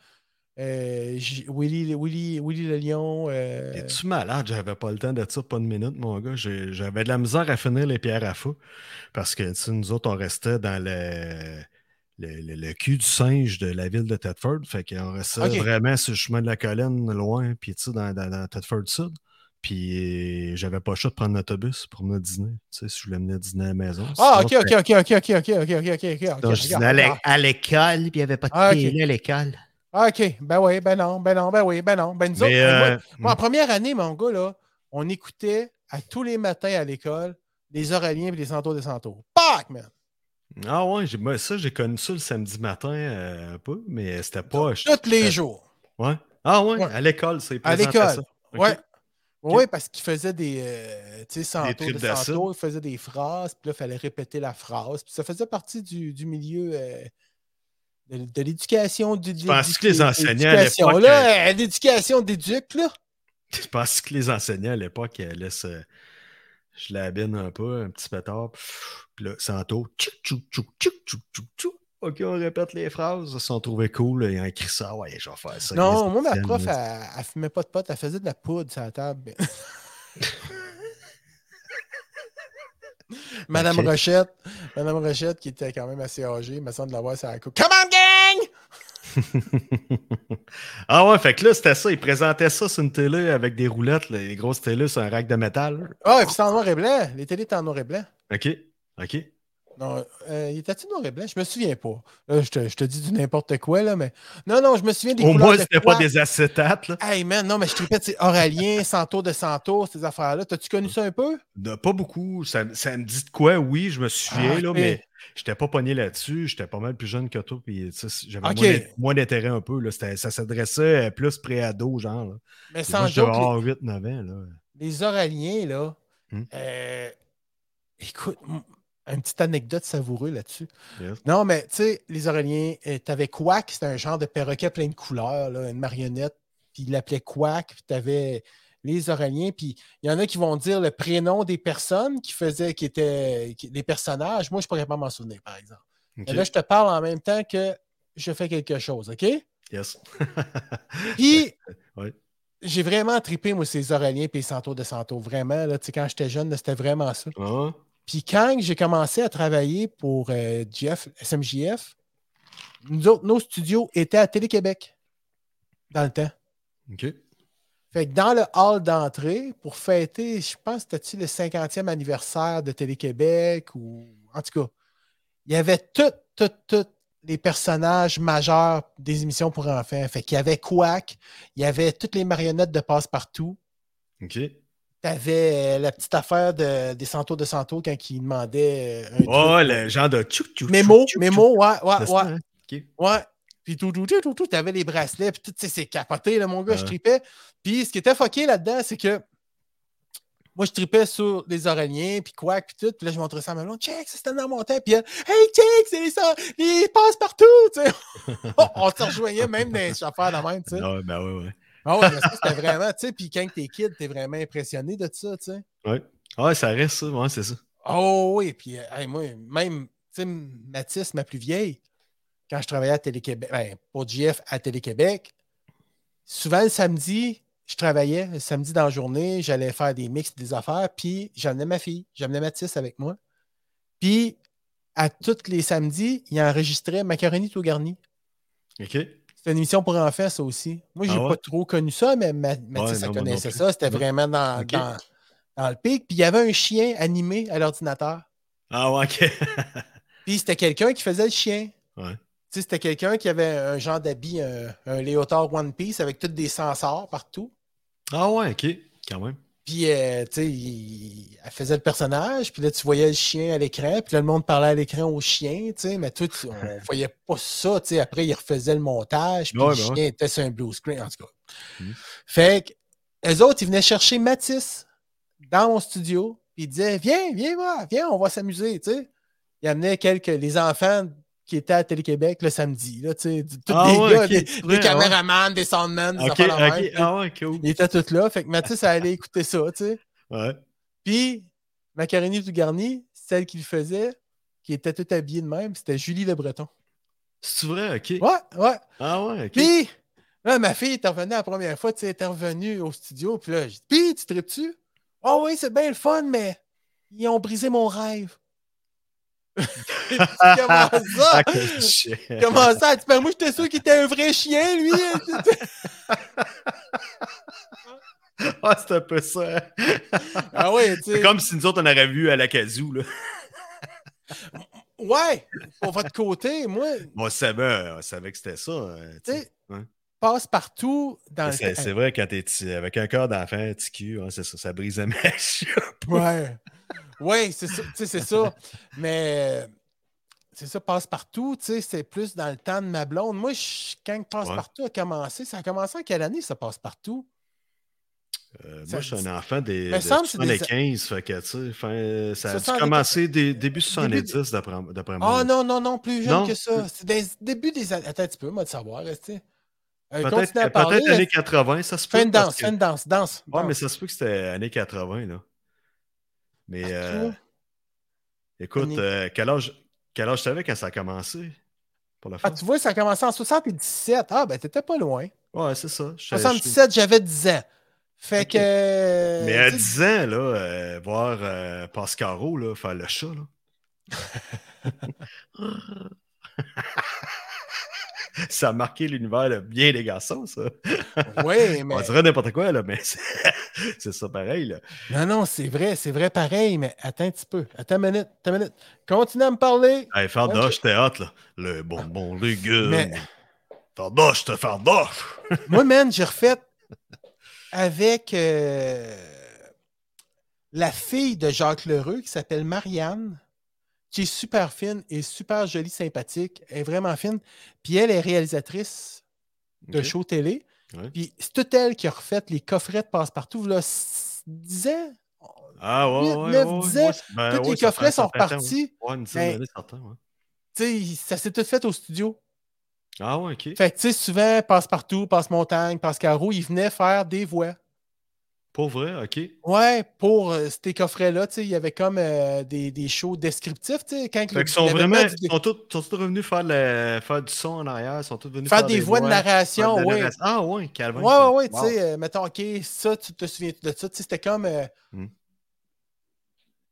B: euh, J- Willy, Willy, Willy le lion. euh,
C: Es-tu malade? J'avais pas le temps de ça, pas de minute, mon gars. J'ai- J'avais de la misère à finir les pierres à feu. Parce que, tu sais, nous autres, on restait dans le, le, le- le cul du singe de la ville de Thetford. Fait qu'on restait
B: Ok.
C: vraiment sur le chemin de la colline, loin, puis tu sais, dans, dans, dans Thetford Sud. Puis j'avais pas le choix de prendre l'autobus pour me dîner. Tu sais, si je voulais venir dîner à la maison.
B: Ah,
C: Sinon,
B: ok,
C: je-
B: ok, ok, ok, ok, ok, ok, ok, ok, ok.
C: sinon,
B: regarde,
C: je dînais à l'é-
B: regarde.
C: à l'école, puis il n'y avait pas de
B: Ah, ok.
C: télé à l'école.
B: Ah, ok, ben oui, ben non, ben non, ben oui, ben non. Ben nous autres,
C: Mais,
B: moi,
C: euh,
B: moi, en première année, mon gars, là, on écoutait à tous les matins à l'école les Aureliens et les Santos des Santos. Pac, man!
C: Ah ouais, j'ai- moi, ça, j'ai connu ça le samedi matin euh, un peu, mais c'était pas. je-
B: Tous les
C: euh,
B: jours.
C: Ouais. Ah ouais,
B: Ouais.
C: à l'école, c'est
B: À
C: présenté
B: l'école.
C: ça. Ok.
B: Ouais. Oui, parce qu'il faisait des. euh, tu sais, Santo
C: tripes
B: de
C: d'acide.
B: Santo, il faisait des phrases, puis là, il fallait répéter la phrase. Puis ça faisait partie du, du milieu euh, de, de l'éducation. Du,
C: Je pense que les enseignants à l'époque,
B: là, euh, l'éducation d'éduc, là.
C: Je pense que les enseignants à l'époque ils laissent. euh, je l'abîme un peu, un petit pétard. pff, Puis là, Santo. tchou, tchou, tchou, tchou, tchou, tchou, tchou. Ok, on répète les phrases. Ils sont trouvés cool. là, Ils ont écrit ça. Ouais, je vais faire ça.
B: Non,
C: les
B: moi, ma
C: anciennes,
B: prof,
C: là.
B: elle, elle fumait pas de pote, elle faisait de la poudre sur la table. Madame
C: Ok.
B: Rochette, Madame Rochette, qui était quand même assez âgée, me semble de la voir sur la coupe. Come on, gang!
C: ah ouais, fait que là, c'était ça. Ils présentaient ça sur une télé avec des roulettes, là, les grosses télés sur un rack de métal.
B: Ah, et puis c'est en noir et blanc. Les télés étaient en noir et blanc.
C: OK. OK.
B: Non, euh, il était-tu noir et blanc? Je me souviens pas. Là, je te, je te dis du n'importe quoi, là, mais. Non, non, je me souviens des
C: Au
B: couleurs
C: moins,
B: de
C: c'était pas
B: quoi.
C: des acétates. Là.
B: Hey, man, non, mais je te répète, c'est Auralien, Santo de Santo, ces affaires-là. T'as-tu connu ça un peu?
C: De- pas beaucoup. Ça, m- ça me dit de quoi, oui, je me souviens,
B: Ah,
C: là,
B: ok.
C: mais j'étais pas pogné là-dessus. J'étais pas mal plus jeune que toi, puis tu sais, j'avais
B: Ok.
C: moins d'in- moins d'intérêt un peu. Là. C'était- Ça s'adressait euh, plus pré-ado, genre. Là.
B: Mais
C: Puis
B: sans
C: moi, je devais
B: joke,
C: avoir 8-9 ans. Là.
B: les, les Auraliens, là.
C: Hmm.
B: euh, écoute, m- une petite anecdote savoureuse là-dessus.
C: Yes.
B: Non, mais tu sais, les Auraliens, euh, t'avais Quack, c'était un genre de perroquet plein de couleurs, là, une marionnette, puis il l'appelait Quack, puis t'avais les Auraliens, puis il y en a qui vont dire le prénom des personnes qui faisaient, qui étaient qui- des personnages. Moi, je pourrais pas m'en souvenir, par exemple.
C: OK.
B: Mais là, je te parle en même temps que je fais quelque chose, OK?
C: Yes.
B: Puis,
C: Ouais.
B: j'ai vraiment trippé, moi, ces Auraliens et les Santos de Santo. Vraiment, là, tu sais, quand j'étais jeune, là, c'était vraiment ça.
C: Ah,
B: Puis quand j'ai commencé à travailler pour euh, GF, SMJF, nous autres, nos studios étaient à Télé-Québec dans le temps.
C: OK.
B: Fait que dans le hall d'entrée, pour fêter, je pense, c'était-tu le 50e anniversaire de Télé-Québec ou. En tout cas, il y avait tout, tout, tout les personnages majeurs des émissions pour enfants. Fait qu'il y avait Quack, il y avait toutes les marionnettes de passe-partout.
C: OK.
B: T'avais euh, la petite affaire de- des Santos de Santos quand ils demandaient euh, un
C: Oh,
B: truc.
C: le genre de tchou tchou.
B: Mémo,
C: tchou, tchou,
B: mémo, ouais, ouais,
C: tchou. C'est
B: ouais,
C: ça, hein? OK.
B: ouais. Puis tout, tout, tout, tout, tout, t'avais les bracelets, puis tout, tu sais, c'est capoté, là, mon gars, je
C: Ouais.
B: tripais. Puis ce qui était fucké là-dedans, c'est que moi, je tripais sur les oraliens, puis quoi, puis tout. Puis là, je montrais ça à ma blonde, check, ça c'était dans mon temps. Puis elle, hey, check, c'est les, sor- les passe partout, tu sais. on se rejoignait même dans les chauffeurs de même, tu sais.
C: Ah, ben ouais, ouais.
B: Ah ouais, mais ça, c'était vraiment, tu sais, puis quand t'es kid, t'es vraiment impressionné de ça, tu sais.
C: Ah, ça reste ça. Ouais, c'est ça.
B: Oh oui, puis euh, hey, moi, même, tu sais, Mathis, ma plus vieille, quand je travaillais à Télé-Québec, ben, pour GF à Télé-Québec, souvent le samedi, je travaillais, le samedi dans la journée, j'allais faire des mix, des affaires, puis j'amenais ma fille, j'amenais Mathis avec moi. Puis, à tous les samedis, il enregistrait Macaroni tout garni.
C: OK.
B: C'était une émission pour enfants, ça aussi. Moi, j'ai
C: Ah ouais?
B: pas trop connu ça, mais Ma- Mathis,
C: non,
B: elle
C: moi non
B: connaissait
C: plus.
B: ça. C'était
C: Non.
B: vraiment dans,
C: Ok.
B: dans- dans le pic. Puis, il y avait un chien animé à l'ordinateur.
C: Ah, ouais, OK.
B: Puis c'était quelqu'un qui faisait le chien.
C: Ouais.
B: Tu sais, c'était quelqu'un qui avait un genre d'habit, un, un léotard One Piece avec toutes des sensors partout.
C: Ah ouais, ok, quand même.
B: Puis, euh, tu sais, il- elle faisait le personnage, puis là, tu voyais le chien à l'écran, puis là, le monde parlait à l'écran au chien, tu sais, mais tout, on voyait pas ça, tu sais. Après, il refaisait le montage, puis
C: Ouais,
B: le
C: ben
B: chien
C: ouais.
B: était sur un blue screen, en tout cas.
C: Mhm.
B: Fait que, eux autres, ils venaient chercher Matisse dans mon studio, puis ils disaient, viens, viens voir, viens, on va s'amuser, tu sais. Ils amenaient quelques, les enfants qui étaient à Télé-Québec le samedi, là, tu sais, du- tous
C: Ah
B: les
C: ouais,
B: gars,
C: ok,
B: des-
C: tu
B: des,
C: pourrais, ah ouais.
B: caméramans, des soundmen, des
C: Ok,
B: affaires de même,
C: ok,
B: tu sais.
C: ah ouais, cool.
B: Il était tout là, fait que Mathis allait écouter ça, tu sais.
C: Ouais.
B: Puis Macaroni tout garni, celle qui le faisait, qui était toute habillée de même, c'était Julie Le Breton.
C: C'est vrai, ok.
B: Ouais, ouais.
C: Ah ouais, ok.
B: Puis là, ma fille était revenue la première fois, tu sais, elle était revenue au studio, puis là, j'ai dit, Puis, tu tripes-tu? Oh oui, c'est bien le fun, mais ils ont brisé mon rêve. Comment ça?
C: Ah,
B: hein?
C: que shit.
B: Comment ça? Tu penses, moi, j'étais sûr qu'il était un vrai chien, lui.
C: Ah, c'est un peu
B: hein.
C: ça.
B: ah ouais, tu
C: C'est
B: sais.
C: comme si nous autres, on aurait vu à la casou, là.
B: Ouais, pour votre côté, moi,
C: On savait, on savait que c'était ça. euh,
B: tu
C: tu
B: sais,
C: sais. Ouais.
B: passe partout dans le
C: C'est c'est vrai, quand t'es petit- avec un cœur d'enfant, petit cul, hein, c'est ça, ça brise la mèche.
B: Ouais. Ouais, c'est ça. tu sais, c'est ça. Mais euh, c'est ça, passe-partout, tu sais, c'est plus dans le temps de ma blonde. Moi, je- quand passe-partout a commencé, ça a commencé en quelle année, ça passe-partout?
C: Euh,
B: Ça
C: moi, je suis
B: dit-
C: un enfant des,
B: me
C: de
B: semble que c'est des-
C: 75, fait que, tu sais, fin- ça a dû
B: 75.
C: commencer dé- début 70,
B: Début
C: d'après d'après moi.
B: Ah non, non, non, plus jeune
C: Non.
B: que ça. C'est des début des années. Attends un petit peu, moi, de savoir, restez. Euh,
C: Peut-être
B: continue à parler.
C: peut-être années 80, ça se peut.
B: Fin de
C: parce
B: danse,
C: que-
B: fin de danse, danse.
C: Ouais, mais
B: danse.
C: ça se peut que c'était années 80, là. Mais euh,
B: Partout.
C: écoute,
B: Ah, Années-
C: euh, quel âge quel âge t'avais quand ça a commencé pour la
B: Ah,
C: fin?
B: tu vois, ça a commencé en 77. Ah, ben, t'étais pas loin.
C: Ouais, c'est ça. Je- je-
B: 77, j'avais 10 ans. Fait
C: Ok.
B: que.
C: Mais à
B: euh, tu sais,
C: 10 ans, là, euh, voir euh, Pascaro là, faire le chat, là. ça a marqué l'univers de bien des garçons, ça.
B: Ouais, mais.
C: On dirait n'importe quoi, là, mais c'est c'est ça pareil, là.
B: Non, non, c'est vrai, c'est vrai pareil, mais attends un petit peu. Attends une minute, attends une minute. Continue à me parler.
C: Hey, Fardoche,
B: Ok.
C: j'étais hâte, là. Le bonbon, légume.
B: Mais-
C: Fardoche, t'es Fardoche!
B: Moi, man, j'ai refait avec euh, la fille de Jacques Lheureux qui s'appelle Marianne, qui est super fine et super jolie, sympathique. Elle est vraiment fine. Puis elle est réalisatrice de
C: Ok.
B: show télé.
C: Ouais.
B: Puis c'est tout elle qui a refait les coffrets de passe-partout. Là, 10 ans.
C: Ah, ouais,
B: Huit,
C: ouais, ouais.
B: neuf,
C: ouais,
B: dix
C: ouais,
B: ans,
C: c'est- ben,
B: Tous
C: ouais,
B: les
C: ça fait un
B: coffrets sont
C: certain temps,
B: repartis.
C: Ouais, Ouais, une dizaine
B: Hey.
C: d'années, hein. certain, ouais.
B: Tu sais, ça s'est tout fait au studio.
C: Ah, ouais, ok.
B: Fait que, tu sais, souvent, Passe-Partout, Passe-Montagne, Passe-Carreau, ils venaient faire des voix.
C: Pour vrai, ok.
B: Ouais, pour euh, ces coffrets-là, tu sais, il y avait comme euh, des, des shows descriptifs, tu sais, quand
C: Fait qu'ils sont
B: l'événement
C: vraiment.
B: du-
C: Sont tous, sont tous revenus faire, le- faire du son en arrière. Sont tous venus
B: faire des voix de
C: faire
B: narration,
C: de la
B: ouais.
C: narration. Ah, ouais, Calvin.
B: Ouais,
C: ça.
B: ouais, ouais, tu
C: Wow.
B: sais, euh, mettons, OK, ça, tu te souviens de ça, tu sais, c'était comme euh,
C: Hmm.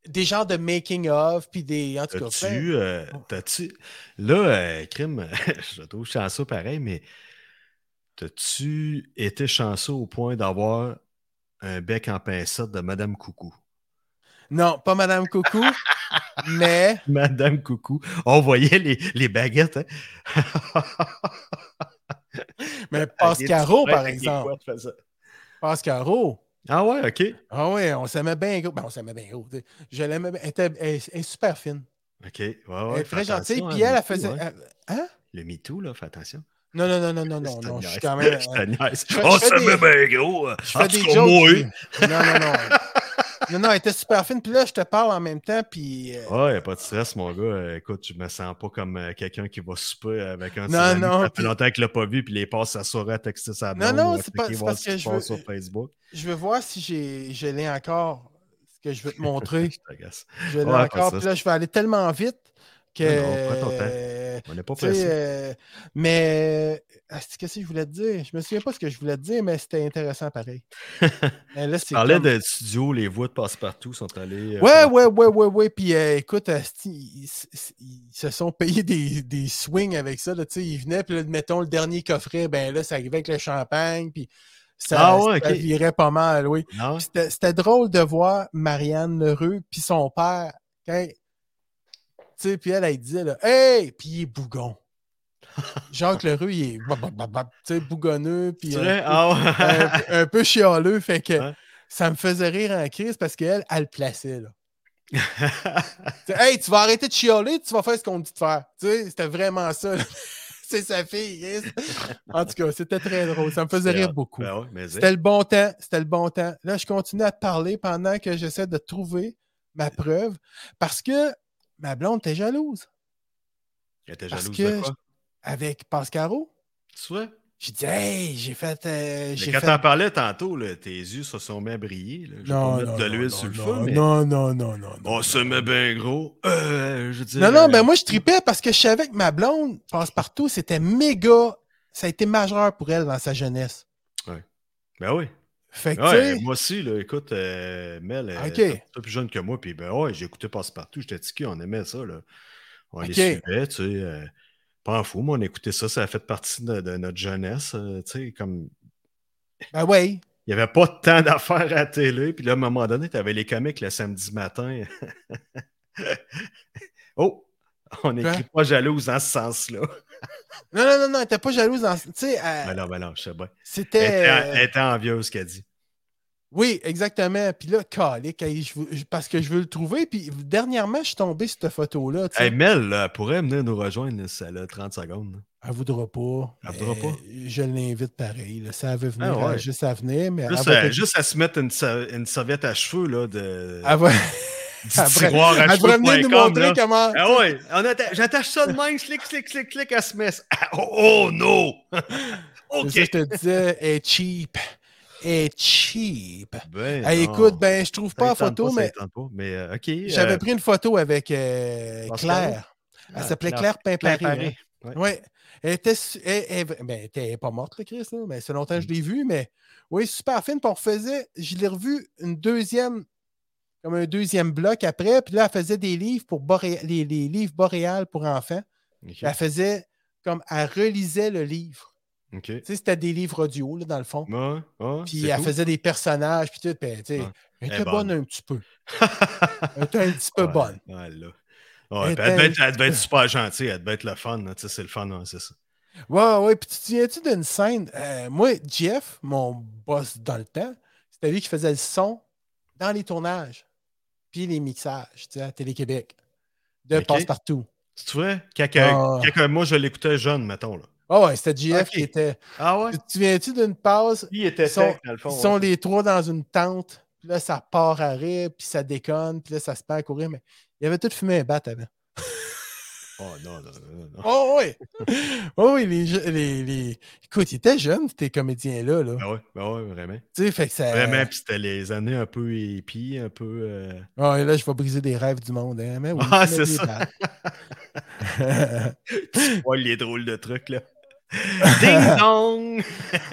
B: des genres de making-of, puis des, en tout cas, ben, Ah. plein-
C: T'as-tu. euh, t'as-tu- Là, euh, Crime, je le trouve chanceux pareil, mais t'as-tu été chanceux au point d'avoir un bec en pincette de Madame Coucou?
B: Non, pas Madame Coucou, mais...
C: Madame Coucou. On voyait les, les baguettes, hein?
B: Mais Pascaro,
C: Pascaro,
B: par exemple. Pascaro.
C: Ah ouais, ok.
B: Ah ouais, on s'aimait bien gros. Ben, on s'aimait bien gros. tu sais. Je l'aimais bien. Elle, était- elle- elle est super fine.
C: Ok, ouais, ouais.
B: elle est
C: fais
B: très
C: attention,
B: gentille.
C: hein,
B: Puis elle, elle
C: le MeToo,
B: faisait.
C: hein.
B: elle- Hein?
C: Le MeToo, là, fais attention.
B: Non, non, non, non, non, non,
C: Je te
B: non. Je suis
C: niaise.
B: quand même. euh,
C: Je te niaise.
B: je-
C: On
B: je fais
C: se met
B: des-
C: bien gros. hein.
B: Je
C: En
B: fais
C: tout
B: des
C: cas,
B: jokes.
C: moi,
B: puis- Non, non, non. Non, non, elle était super fine. Puis là, je te parle en même temps. Puis. euh,
C: Ouais, y a pas de stress, mon gars. Euh, Écoute, je me sens pas comme euh, quelqu'un qui va souper avec un de
B: Non,
C: ses amis
B: non,
C: Ça fait
B: puis-
C: longtemps qu'il l'a pas vu, puis il passe sa soirée à texter sa
B: Non,
C: blonde.
B: non,
C: ou à
B: c'est pas-
C: checker
B: c'est
C: voir
B: parce
C: ce qui
B: que
C: se
B: je
C: passe
B: veux-
C: sur Facebook.
B: Je veux voir si j'ai, je l'ai encore. Ce que je veux te montrer.
C: Je t'agace.
B: Je l'ai
C: Ouais,
B: encore.
C: pas
B: Puis
C: ça.
B: là, je vais aller tellement vite
C: Non, non, prends ton temps.
B: que.
C: On n'est pas
B: Tu sais,
C: pressé.
B: euh, mais euh, asti, qu'est-ce que je voulais te dire? Je me souviens pas ce que je voulais te dire, mais c'était intéressant pareil. Mais là, c'est
C: Tu parlais
B: comme-
C: de studio, les voix de passe-partout sont allées. euh,
B: Ouais,
C: faire-
B: ouais, ouais, ouais, ouais. Puis euh, écoute, asti, ils, s- s- ils se sont payés des, des swings avec ça. Là, tu sais, ils venaient, puis là, mettons le dernier coffret, ben là, ça arrivait avec le champagne, puis ça,
C: Ah ouais,
B: ça
C: ok.
B: virait pas mal, oui.
C: Non?
B: Puis C'était c'était drôle de voir Marianne Lheureux puis son père. Quand, tu sais, puis elle, elle disait, là, Hey! Puis il est bougon. Jacques Leroux, il est bap, bap, bap, bap, tu sais, bougonneux, puis
C: C'est
B: un, peu- euh,
C: vrai? Ah ouais.
B: un- un peu chialeux. Fait que
C: Ouais.
B: ça me faisait rire en crise parce qu'elle, elle le plaçait. Là. Tu sais, hey, tu vas arrêter de chialer, tu vas faire ce qu'on te dit de faire. Tu sais, c'était vraiment ça. là. C'est sa fille. yes. En tout cas, c'était très drôle. Ça me faisait
C: C'était
B: rire
C: hot.
B: beaucoup.
C: Ben ouais, mais
B: C'était le bon temps. C'était le bon temps. Là, je continue à te parler pendant que j'essaie de trouver ma preuve parce que ma blonde était jalouse
C: elle était
B: parce
C: jalouse
B: que-
C: de quoi?
B: avec Pascaro.
C: Tu vois?
B: J'ai dit, hey, j'ai fait. euh,
C: Mais
B: j'ai
C: quand
B: fait-
C: t'en parlais tantôt, là, tes yeux se sont mis à briller. Là. Je vais pas mettre de l'huile sur le
B: non,
C: feu, mais
B: non, non, non, non, non.
C: on se met bien gros. Euh, je veux dire,
B: Non, non, ben
C: euh,
B: moi, je tripais parce que je savais que ma blonde, passe-partout, c'était méga. Ça a été majeur pour elle dans sa jeunesse.
C: Ben oui.
B: Fait que,
C: Ouais,
B: tu sais,
C: moi aussi, là, écoute, euh, Mel, elle
B: Ok.
C: est un peu plus jeune que moi, puis ben ouais, j'écoutais Passe-Partout, j'étais tiqué, on aimait ça, là. On
B: Ok.
C: les suivait, tu sais, euh, pas en fou, mais on écoutait ça, ça a fait partie de, de notre jeunesse, euh, tu sais, comme,
B: ben ouais.
C: il n'y avait pas tant d'affaires à la télé, puis là, à un moment donné, tu avais les comics le samedi matin. oh! On n'écrit pas jalouse dans ce sens-là.
B: Non, non, non, non, elle était pas jalouse. dans- Tu sais, elle-
C: Ben non, ben non, je sais bien. Elle
B: c'était. euh,
C: était, elle était envieuse, ce qu'elle dit.
B: Oui, exactement. Puis là, calique, hey, je veux- je- parce que je veux le trouver. Puis dernièrement, je suis tombé sur cette photo-là. tu sais.
C: Hey, Mel, là, elle pourrait venir nous rejoindre, là, si elle a 30 secondes. là.
B: Elle voudra pas.
C: Elle voudra
B: mais
C: pas?
B: Je l'invite pareil. là. Ça veut venir,
C: Ah ouais.
B: elle a juste à venir, mais
C: Juste,
B: elle va
C: à,
B: être-
C: juste à se mettre une, sa- une serviette à cheveux, là, de.
B: elle va-
C: du
B: elle devrait-
C: tiroir à
B: elle devrait venir nous
C: cheveux.com,
B: montrer
C: là.
B: comment.
C: Ah ouais, on atta- j'attache ça de même, clic, clic, clic, clic, elle se met. Ah, oh, oh, non!
B: C'est
C: ok.
B: ça, je te disais, elle est cheap. Elle est cheap.
C: Ben,
B: Hey,
C: non.
B: écoute, ben, je trouve
C: Ça
B: pas la
C: les tente
B: photo,
C: ça
B: mais
C: les tente pas. Mais, euh, ok. euh,
B: j'avais pris une photo avec euh,
C: Pascal?
B: Claire. Elle
C: ah,
B: s'appelait Claire
C: Claire
B: Pimparé.
C: Paré.
B: hein. Ouais. Elle était. su- Elle, elle- ben, elle était- elle est pas morte, le Chris, là, mais c'est longtemps que je
C: Mm.
B: l'ai vue, mais oui, super fine. Puis on refaisait, je l'ai revue une deuxième, comme un deuxième bloc après. Puis là, elle faisait des livres pour boré- les, les livres boréales pour enfants.
C: euh, Ok,
B: Elle faisait comme elle relisait le livre.
C: ok.
B: Tu sais, c'était des livres audio, là, dans le fond.
C: Ouais, ouais,
B: Puis
C: c'est
B: elle
C: tout.
B: faisait des personnages, puis tout. Puis, tu sais,
C: Ouais.
B: elle
C: Elle
B: était
C: est
B: bonne
C: bonne.
B: un petit peu. Elle était un petit peu
C: Ouais,
B: bonne.
C: ouais, là. Ah, Ouais,
B: Elle
C: puis elle, devait être,
B: était-
C: elle devait être super gentille, elle devait être le fun. hein, tu sais, C'est le fun, ouais, c'est ça.
B: Ouais, ouais. Puis tu te souviens-tu d'une scène? Euh, moi, Jeff, mon boss dans le temps, c'était lui qui faisait le son dans les tournages, puis les mixages, tu sais, à Télé-Québec, de
C: Ok.
B: Passe-Partout.
C: C'est vrai? Quand,
B: Ah.
C: quand- quand moi, je l'écoutais jeune, mettons. Là.
B: Ah ouais, c'était Jeff
C: Ok.
B: qui était.
C: Ah ouais?
B: Tu te souviens-tu d'une pause?
C: Il était
B: Son-
C: sec, dans le fond. hein?
B: Ils
C: ouais.
B: sont les trois dans une tente, puis là, ça part à rire, puis ça déconne, puis là, ça se perd à courir, mais il avait tout fumé un bat avant.
C: Oh non, non, non, non.
B: Oh oui! oh oui, les, je- les, les- Écoute, ils étaient jeunes, ces comédiens-là. Là.
C: Ben ouais, ben ouais, vraiment.
B: Tu sais, fait que ça.
C: Vraiment, puis c'était les années un peu hippies, un peu. euh,
B: Ah, et là, je vais briser des rêves du monde. hein, mais oui,
C: Ah,
B: tu mets
C: c'est
B: des
C: ça.
B: balles.
C: Ouais, les drôles de trucs, là. Ding dong!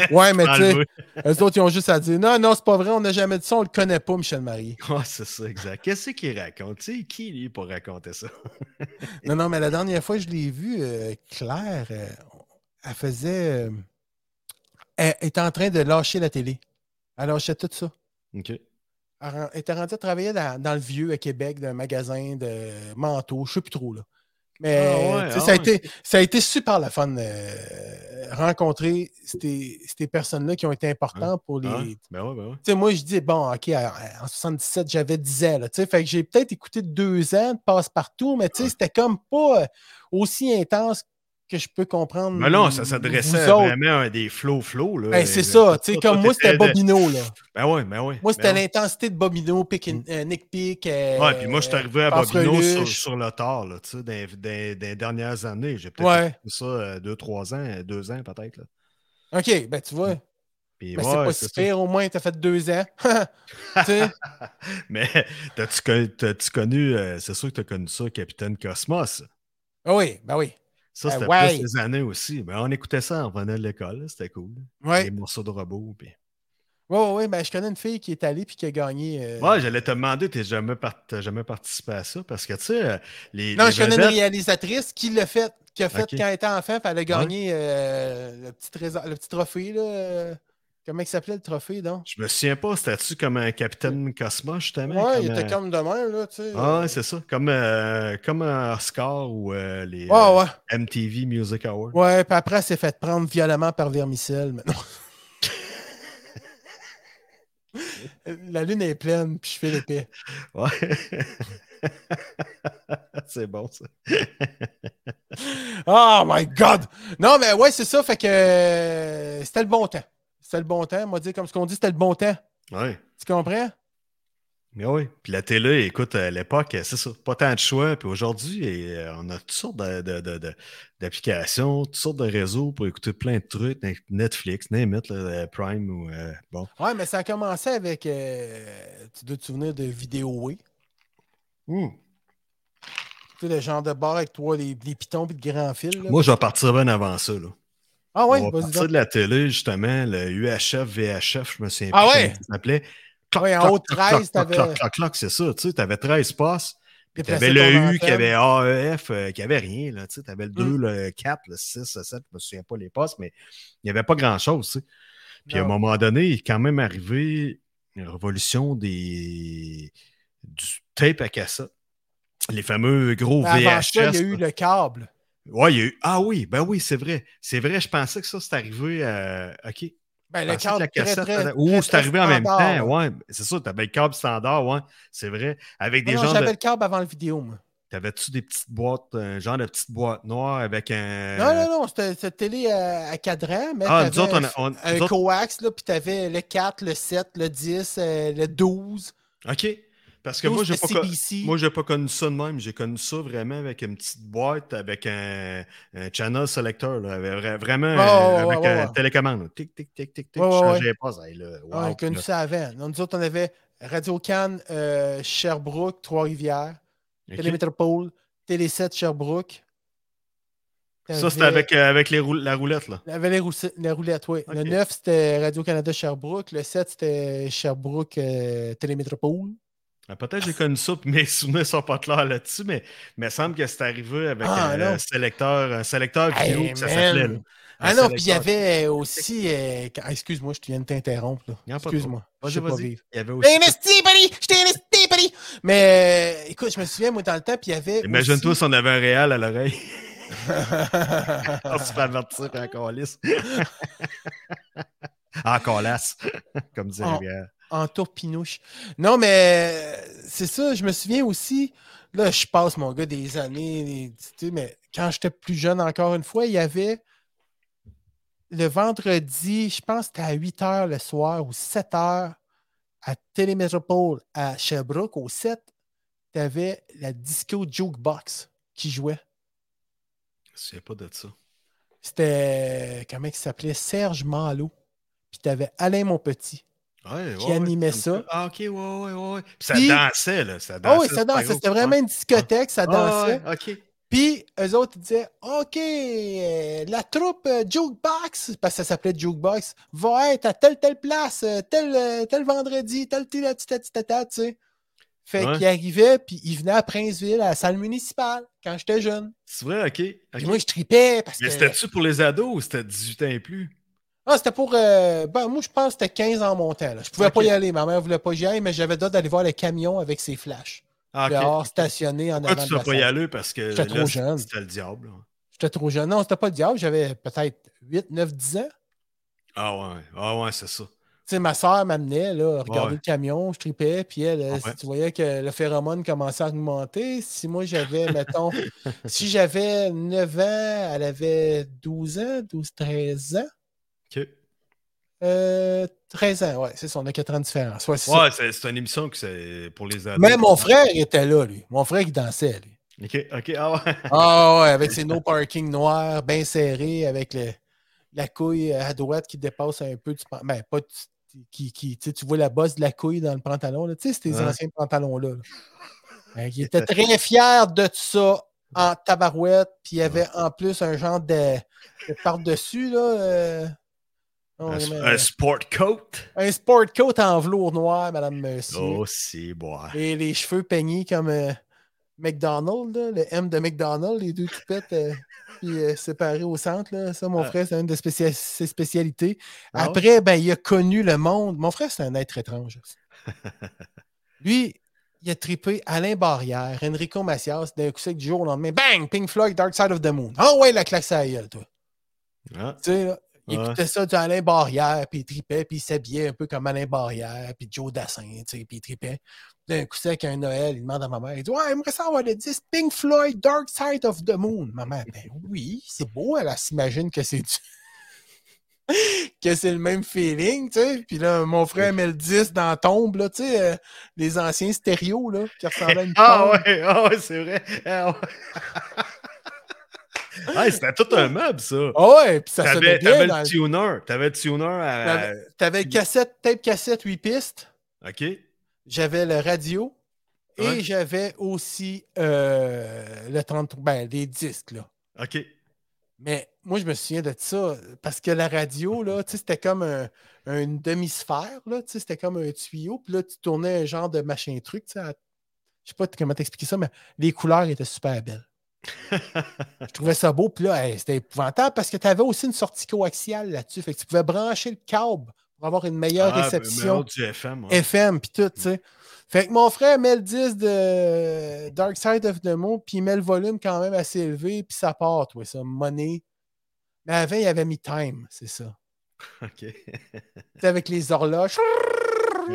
B: ouais, mais tu sais,
C: Enlevé.
B: eux autres, ils ont juste à dire Non, non, c'est pas vrai, on n'a jamais dit ça, on le connaît pas, Michel Marie.
C: Ah, c'est ça, exact. Qu'est-ce qu'il raconte? Tu sais, qui, lui, pour raconter ça?
B: Non, non, mais la dernière fois, je l'ai vu, euh, Claire, euh, elle faisait. euh, elle était en train de lâcher la télé. Elle lâchait tout ça.
C: OK.
B: Elle ren- elle était rendue à travailler dans, dans le vieux à Québec d'un magasin de manteaux, je sais plus trop là. Mais
C: Ah
B: tu
C: ouais,
B: sais,
C: ah
B: ça, a
C: ouais.
B: été, ça a été super la fun euh, rencontrer ces, ces personnes-là qui ont été importantes pour les.
C: Ah,
B: Tu
C: ben ouais, ben ouais.
B: sais, moi je dis bon, ok, à- à- en 77 j'avais 10 ans, là, tu sais, fait que j'ai peut-être écouté deux ans de passe-partout, mais tu sais,
C: Ouais.
B: c'était comme pas euh, aussi intense que je peux comprendre.
C: Mais Ben non, ça
B: vous
C: s'adressait
B: autres.
C: vraiment euh, à des flots-flots, là.
B: Ben, c'est ça, tu sais, comme moi, c'était
C: Bobby.
B: Bobino, là.
C: Ben ouais, ben ouais.
B: Moi, c'était
C: ben ouais.
B: l'intensité de Bobino, Pick and-
C: Mm.
B: euh, Nick Pick.
C: Ouais, puis moi, je suis arrivé à Bobino sur, sur le tard, là, tu sais, dans, dans- dans les dernières années. J'ai peut-être
B: Ouais.
C: fait ça euh, deux, trois ans, euh, deux ans peut-être, là.
B: OK, ben tu vois,
C: Puis,
B: ben, c'est
C: ouais,
B: pas
C: c'est
B: si
C: ça.
B: pire, au moins, t'as fait deux ans. Tu sais,
C: Mais t'as-tu connu, t'as-tu connu, euh, c'est sûr que t'as connu ça, Capitaine Cosmos.
B: ah oui, ben oui.
C: Ça,
B: Ah
C: c'était
B: ouais.
C: plus des années aussi. Mais on écoutait ça en revenant de l'école, là, c'était cool.
B: Ouais.
C: Les morceaux de robots. Puis...
B: Ouais, ouais, ouais, ben je connais une fille qui est allée puis qui a gagné. euh,
C: Ouais, j'allais te demander, t'es jamais par- t'as jamais participé à ça parce que tu sais, euh, les.
B: non,
C: les
B: je connais une
C: vedettes-
B: réalisatrice qui l'a fait, qui a fait
C: Ok.
B: quand elle était enfant, puis elle a gagné euh, le, petit trésor, le petit trophée, là. euh, Comment il s'appelait le trophée, donc?
C: Je me souviens pas, c'était-tu comme un Capitaine Cosma, justement?
B: Ouais,
C: comme,
B: il était
C: euh,
B: comme demain, là, tu sais.
C: Ah, ouais, c'est ça. Comme, euh, comme un Oscar ou euh, les
B: Ouais,
C: euh,
B: ouais.
C: MTV Music Awards.
B: Ouais, puis après, elle s'est fait prendre violemment par Vermicelle. Mais non. La lune est pleine, puis je fais l'épée.
C: Ouais. c'est bon, ça.
B: Oh my God! Non, mais ouais, c'est ça. Fait que euh, c'était le bon temps. C'était le bon temps. On va dire comme ce qu'on dit, c'était le bon temps.
C: Ouais.
B: Tu comprends?
C: Mais oui. Puis la télé, écoute, à l'époque, c'est ça. Pas tant de choix. Puis aujourd'hui, eh, on a toutes sortes de- de- de- de- d'applications, toutes sortes de réseaux pour écouter plein de trucs. Netflix, name it, là, Prime ou. euh, bon.
B: Ouais, mais ça a commencé avec. euh, tu dois te souvenir de Vidéo Tu sais, le genre de bar avec toi, les, les pitons puis le grand fil. là.
C: Moi, je vais partir bien avant ça. Là.
B: ah ouais,
C: on va
B: vas-y.
C: partir
B: donc.
C: de la télé, justement, le UHF, VHF, je me souviens
B: Ah
C: plus
B: ouais?
C: comment ça s'appelait.
B: Ouais, en haut de 13,
C: cloc,
B: t'avais-
C: cloc, cloc, cloc, c'est ça. Tu sais, avais 13 passes. Puis
B: Déplacer
C: t'avais
B: ton
C: le U, qui
B: antenne.
C: avait AEF, euh, qui avait rien, là, tu sais, t'avais le
B: Mm.
C: 2, le 4, le 6, le 7, je me souviens pas les postes, mais il n'y avait pas grand-chose, tu sais. Puis à un
B: Non.
C: moment donné, il est quand même arrivé une révolution des... du tape à cassette. Les fameux gros
B: Mais Ben, Avant
C: VHS.
B: ça, il y a eu
C: là.
B: le câble.
C: Ouais, il y a eu... Ah oui, ben oui, c'est vrai. C'est vrai, je pensais que ça, c'est arrivé à... OK.
B: Ben, le
C: Pensais que
B: câble,
C: la
B: très,
C: cassette,
B: très,
C: euh, ouh,
B: très,
C: c'est
B: très
C: arrivé en même
B: standard,
C: temps.
B: là.
C: Ouais, c'est ça, t'avais le câble standard, ouais, c'est vrai. Avec des
B: Non, non,
C: gens
B: j'avais
C: de...
B: le câble avant le vidéo, moi.
C: T'avais-tu des petites boîtes, un genre de petites boîtes noires avec un.
B: Non, non, non, c'était c'était télé euh, à, à cadran, mais
C: Euh.
B: t'avais
C: Ah, nous autres, on a- on-
B: un
C: nous autres-
B: coax, là, puis t'avais le 4, le 7, le 10, euh, le 12.
C: OK. Parce que moi, j'ai pas, con- moi, j'ai pas connu ça de même. J'ai connu ça vraiment avec une petite boîte, avec un, un channel selector, là, avec vra- vraiment
B: Ouais, ouais,
C: euh,
B: ouais,
C: avec
B: ouais,
C: un
B: ouais.
C: télécommande. là. Tic, tic, tic, tic, tic.
B: Ouais,
C: je
B: ouais,
C: changeais pas. ça, hey, là, wow,
B: on a connu
C: là.
B: Ah, ça avant. Donc, nous autres, on avait Radio Cannes, euh, Sherbrooke, Trois-Rivières,
C: OK.
B: Télémétropole, Télé 7, Sherbrooke.
C: Ça,
B: T'avais-
C: c'était avec, euh, avec les roule- la roulette, là.
B: T'avais les roussi- la roulette, oui. Le
C: Ok.
B: 9, c'était Radio-Canada Sherbrooke. Le 7, c'était Sherbrooke euh, Télémétropole.
C: Ah, Peut-être j'ai connu ça, puis mes souvenirs sont pas clairs là-dessus, mais il me semble que c'est arrivé avec
B: Ah,
C: un,
B: non.
C: euh, sélecteur, un sélecteur
B: Hey,
C: vidéo que ça
B: man.
C: s'appelait. là.
B: Ah
C: Un
B: non, puis il y
C: sélecteur.
B: avait aussi. euh, quand- ah, excuse-moi, je te viens de t'interrompre. là.
C: Il y en a pas de
B: Excuse-moi.
C: Vas-y,
B: je sais pas
C: vas-y.
B: vivre.
C: Il y avait aussi.
B: T'es investi, buddy! Je t'ai investi, buddy! Mais euh, écoute, je me souviens, moi, dans le temps, puis il y avait.
C: Imagine-toi
B: aussi-
C: si on avait un réel à l'oreille.
B: Ah.
C: on se fait avertir puis en calice. en colasse, comme disait
B: En-
C: Rivière.
B: en tourpinouche. Non, mais euh, c'est ça, je me souviens aussi. Là, je passe, mon gars, des années. des- tu sais, mais quand j'étais plus jeune, encore une fois, il y avait le vendredi, je pense que c'était à 8 h le soir ou 7 h à Télémétropole, à Sherbrooke, au 7, tu avais la disco jukebox qui jouait.
C: Je sais pas de ça.
B: C'était, comment il s'appelait? Serge Malo. Puis tu avais Alain Monpetit.
C: Ouais,
B: Qui animait
C: comme
B: ça.
C: Ah, ok, ouais, ouais, ouais. Puis ça
B: Puis-
C: dansait, là. Ça
B: Ah
C: dansait.
B: oui, ça
C: c'est pas
B: dansait.
C: gros.
B: C'était vraiment une hein. discothèque, ça
C: Ah,
B: dansait.
C: ouais, ok.
B: Puis, eux autres, ils disaient OK, euh, la troupe euh, Jukebox, parce que ça s'appelait Jukebox, va être à telle, telle place, euh, tel, euh, tel vendredi, tel, tel, tel, tel, tel, tel, tu sais. Fait
C: Ouais.
B: qu'ils arrivaient, puis ils venaient à Princeville, à la salle municipale, quand j'étais jeune.
C: C'est vrai, ok. ok.
B: Puis moi, je tripais parce
C: Mais
B: que.
C: c'était-tu pour les ados ou c'était 18 ans et plus?
B: Ah, c'était pour. euh, ben, moi, je pense que c'était 15 ans montant. Là. Je pouvais
C: Ok.
B: pas y aller. Ma mère voulait pas que j'y aille, mais j'avais d'autre d'aller voir le camion avec ses flashs.
C: Ah, ok.
B: Dehors, stationné en
C: Pourquoi
B: avant
C: tu
B: de
C: ne
B: la
C: pas y
B: salle.
C: aller parce que
B: J'étais trop
C: là,
B: jeune.
C: c'était le diable. là.
B: J'étais trop jeune. Non, c'était pas le diable. J'avais peut-être 8, 9, 10 ans.
C: Ah ouais, ah ouais, c'est ça.
B: Tu sais, ma soeur m'amenait, là, regarder
C: Ouais.
B: le camion, je tripais, puis elle, euh,
C: Ouais.
B: si tu voyais que le phéromone commençait à augmenter, si moi j'avais, mettons, si j'avais 9 ans, elle avait 12 ans, 12, 13 ans,
C: Ok.
B: euh, 13 ans, ouais, c'est ça, on a 4 ans de différence. Ouais, c'est ça.
C: Ouais, c'est c'est une émission que c'est pour les ados.
B: Mais mon frère était là, lui. Mon frère, il dansait, lui.
C: OK, OK, ah ouais.
B: Ah ouais, avec ses no parking noirs, bien serrés, avec le- la couille à droite qui dépasse un peu du pan- Ben, pas du- qui, qui, tu sais, tu vois la bosse de la couille dans le pantalon. là. Tu sais, c'est tes
C: Ouais.
B: anciens pantalons-là. là. Hein, il était très fier de ça en tabarouette, puis il y avait en plus un genre de, de par-dessus, là. euh, non,
C: Un,
B: mais- euh,
C: un sport coat.
B: un sport coat en velours noir, Madame Mercier.
C: Oh, c'est bois.
B: Et les cheveux peignés comme euh, McDonald's, là, le M de McDonald's, les deux coupettes euh, puis, euh, séparées au centre. là. Ça, mon
C: Ah.
B: frère, c'est une de spécia- ses spécialités.
C: Ah ouais?
B: Après, ben, il a connu le monde. Mon frère, c'est un être étrange. Lui, il a trippé Alain Barrière, Enrico Macias, d'un coup sec du jour au lendemain. Bang! Pink Floyd, Dark Side of the Moon. Ah ouais, la claque, ça à la gueule, toi.
C: Ah,
B: Tu sais, là, il
C: Ouais.
B: écoutait ça du Alain Barrière, puis il tripait, puis il s'habillait un peu comme Alain Barrière, puis Joe Dassin, tu sais, puis il tripait. D'un coup sec, un Noël, il demande à ma mère, il dit « Ouais, aimerait ça avoir le 10 Pink Floyd, Dark Side of the Moon. » Ma mère, « Ben oui, c'est beau, elle, elle s'imagine que c'est du- que c'est le même feeling, tu sais. Puis là, mon frère met le 10 dans la tombe, là, tu sais, euh, les anciens stéréos, là, qui ressemblaient à une
C: Ah
B: tombe.
C: ouais, ah ouais, c'est vrai. Ah ouais. Ah, c'était tout un meuble, ça.
B: Ah ouais, puis ça sonnait
C: T'avais
B: bien.
C: t'avais
B: dans
C: le Euh,
B: le-
C: tuner. T'avais le tuner à.
B: T'avais- T'avais cassette, tape cassette, 8 pistes.
C: OK.
B: j'avais le radio et
C: Ouais.
B: j'avais aussi euh, le 30, ben, les disques. Là.
C: OK.
B: Mais moi, je me souviens de ça parce que la radio, là, tu sais, c'était comme un- une demi-sphère, là, tu sais, c'était comme un tuyau. Puis là, tu tournais un genre de machin truc. tu sais, à- Je sais pas t- comment t'expliquer ça, mais les couleurs étaient super belles. Je trouvais ça beau. Puis là, hey, c'était épouvantable parce que tu avais aussi une sortie coaxiale là-dessus. Fait que tu pouvais brancher le câble pour avoir une meilleure
C: Ah,
B: réception.
C: ben, du FM. ouais.
B: FM, puis tout, tu sais. Fait que mon frère met le 10 de Dark Side of the Moon, puis il met le volume quand même assez élevé, puis ça part, toi, ça, money. Mais avant, il avait mis Time, c'est ça.
C: OK.
B: C'est avec les horloges. Tu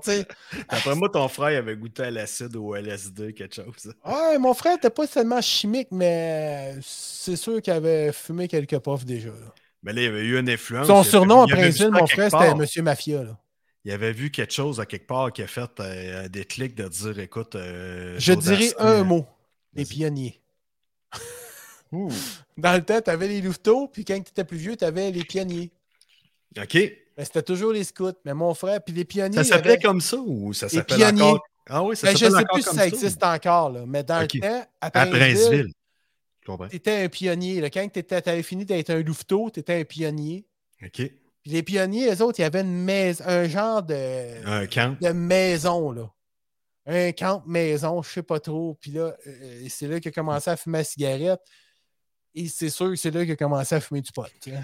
B: sais,
C: D'après moi, ton frère avait goûté à l'acide ou au LSD, quelque chose.
B: ouais, mon frère était pas seulement chimique, mais c'est sûr qu'il avait fumé quelques puffs déjà. là.
C: Mais là, il avait eu une influence. Il
B: Son
C: avait-
B: surnom en
C: il avait vu
B: principe,
C: ça
B: mon
C: quelque
B: frère,
C: part.
B: c'était Monsieur Mafia. Là.
C: Il avait vu quelque chose à quelque part qui a fait euh, un déclic de dire écoute. euh,
B: Je
C: Joe
B: dirais
C: Dassin, euh,
B: un mot les
C: vas-y.
B: pionniers.
C: ouh.
B: Dans le temps, t'avais les louveteaux, puis quand t'étais plus vieux, t'avais les pionniers.
C: OK.
B: Mais c'était toujours les scouts. Mais mon frère, puis les pionniers.
C: Ça s'appelait
B: avaient-
C: comme ça ou ça
B: Les
C: s'appelle
B: pionniers.
C: encore. Ah oui, ça
B: Ben, je
C: s'appelle
B: sais
C: encore
B: plus si
C: comme
B: ça existe encore, là, mais dans
C: Ok.
B: le temps, à
C: À
B: Princeville,
C: Princeville. Je comprends.
B: t'étais un pionnier. là. Quand t'étais- t'avais fini d'être un louveteau, t'étais un pionnier.
C: OK.
B: Puis les pionniers, eux autres, il y avait une maison, un genre de,
C: Un camp.
B: de maison, là. Un camp maison, je sais pas trop. Puis là, euh, c'est là qu'il a commencé à fumer la cigarette. Et c'est sûr que c'est là qu'il a commencé à fumer du pot. tu sais.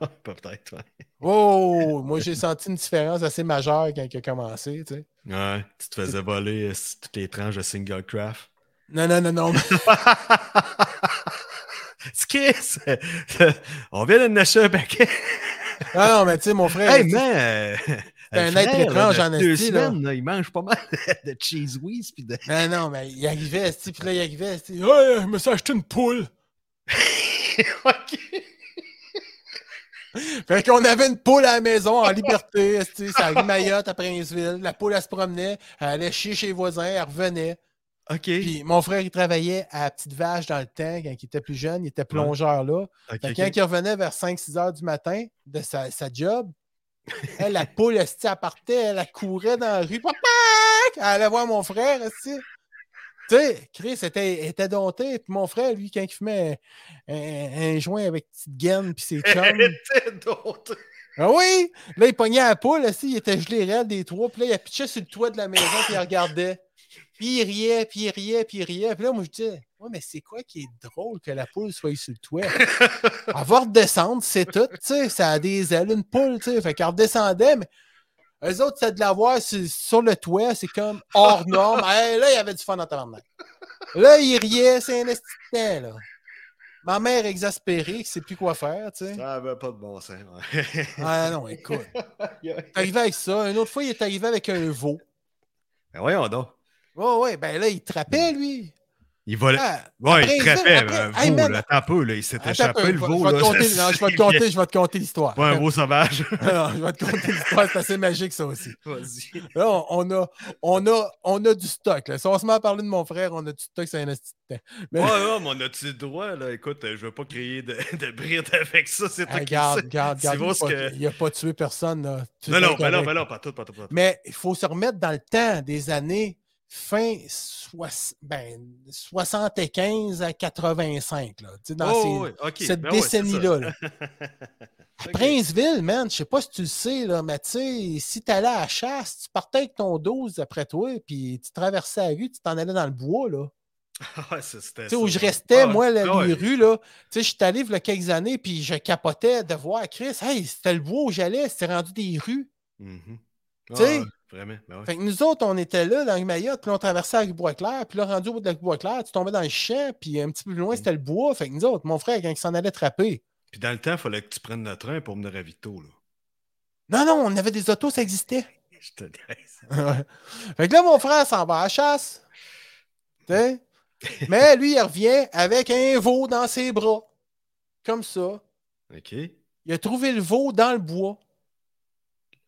B: Ah,
C: Peut-être, ouais.
B: Oh, moi j'ai senti une différence assez majeure quand il a commencé, tu sais.
C: Ouais, tu te faisais voler euh, toutes les tranches de single craft.
B: Non, non, non, non.
C: Ce qui est, c'est- c'est- On vient d'en acheter un paquet.
B: Ah non, mais tu sais, mon frère,
C: Hey,
B: tu sais,
C: man!
B: C'est un être étrange en
C: deux
B: esti, là.
C: semaines, là, il mange pas mal de cheese whiz. Puis de...
B: mais Ben non, mais il arrivait, esti, puis là, il arrivait, esti, Hey, je me suis acheté une poule.
C: OK.
B: Fait qu'on avait une poule à la maison en liberté, esti, ça allait Mayotte à Princeville. La poule, elle se promenait, elle allait chier chez les voisins, elle revenait.
C: OK.
B: Puis mon frère, il travaillait à Petite Vache dans le temps, quand il était plus jeune, il était plongeur là.
C: ok,
B: Fait que
C: ok.
B: quand il revenait vers 5-6 heures du matin de sa, sa job, elle, la poule, esti, elle partait, elle, elle courait dans la rue. Papa! Elle allait voir mon frère, esti. Tu sais, Chris était, était dompté. Puis mon frère, lui, quand il fumait un, un- un joint avec petite gaine puis ses chums.
C: T'es d'autres.
B: ah oui! Là, il pognait la poule, esti, il était gelé raide des trois. Puis là, il la pitchait sur le toit de la maison puis il regardait. Puis il riait, puis il riait, puis il riait. Puis là, moi, je disais, ouais, mais c'est quoi qui est drôle que la poule soit sur le toit? Elle va redescendre, c'est tout. Tu sais, ça a des ailes, une poule, tu sais. Fait qu'elle redescendait, mais eux autres, c'est de la voir sur, sur le toit, c'est comme hors norme. Hey, là, il y avait du fun dans tabarnak. Là, il riait, c'est un estiquetin, là. Ma mère exaspérée, qui sait plus quoi faire, tu sais.
C: Ça avait pas de bon sens. ouais.
B: Ah non, écoute.
C: Ben
B: Il est arrivé avec ça. Une autre fois, il est arrivé avec un veau.
C: Ben, voyons donc.
B: Ouais, ouais, ben là, il trappait, lui.
C: Il volait.
B: Ah,
C: Ouais,
B: après,
C: il trappait.
B: après-
C: Un veau,
B: hey, man.
C: hein. là, attends un peu, là, il s'est
B: attends un peu,
C: échappé, le
B: je vais-
C: veau.
B: je vais
C: là,
B: te conter-
C: ça-
B: non, je vais te conter, je vais te conter l'histoire.
C: Pas un veau sauvage.
B: Alors, je vais te conter l'histoire, c'est assez magique, ça aussi.
C: Vas-y.
B: Là, on- on a, on a, on a du stock. là. Si on se met à parler de mon frère, on a du stock, c'est un esti de temps.
C: Ouais, ouais, mais on a-tu le droit, là? Écoute, euh, je veux pas créer de, de bride avec ça, c'est toi
B: Hey,
C: qui
B: Regarde,
C: le sais.
B: regarde,
C: C'est
B: regarde.
C: beau
B: il a
C: ce
B: pas-
C: que-
B: Il a pas tué personne. Là. Tu
C: Non,
B: sais
C: non,
B: correct.
C: ben non, ben non, pas tout, pas tout, pas tout.
B: Mais il faut se remettre dans le temps des années fin soix- ben, 75 à 85. Là, Tu sais, dans
C: Oh,
B: ces-
C: ouais, ok,
B: cette
C: ben ouais, c'est ça.
B: décennie-là. là.
C: Ok.
B: Princeville, man, je sais pas si tu le sais, là, mais tu sais, si t'allais à la chasse, tu partais avec ton 12 après toi, puis tu traversais la rue, tu t'en allais dans le bois, là.
C: Ah, ça, c'était
B: Tu sais,
C: ça.
B: où je restais,
C: Ah,
B: moi, la,
C: ouais.
B: les rues, là. Tu sais, je suis allé il y a quelques années, puis je capotais de voir Chris. Hey, c'était le bois où j'allais, c'était rendu des rues.
C: Mhm.
B: Tu sais.
C: Ah, ouais, vraiment. ben ouais.
B: Fait que nous autres, on était là, dans le Mayotte, puis là, on traversait la rue Bois-Clair, puis là, rendu au bout de la rue Bois-Clair, tu tombais dans le champ, puis un petit peu plus loin, c'était le bois. Fait que nous autres, mon frère, quand il s'en allait trapper,
C: Puis dans le temps, il fallait que tu prennes le train pour venir à Vito. Là.
B: non, non, on avait des autos, ça existait.
C: Je te niaise.
B: fait que là, mon frère s'en va à la chasse. Tu sais? Mais lui, il revient avec un veau dans ses bras. Comme ça.
C: OK.
B: Il a trouvé le veau dans le bois.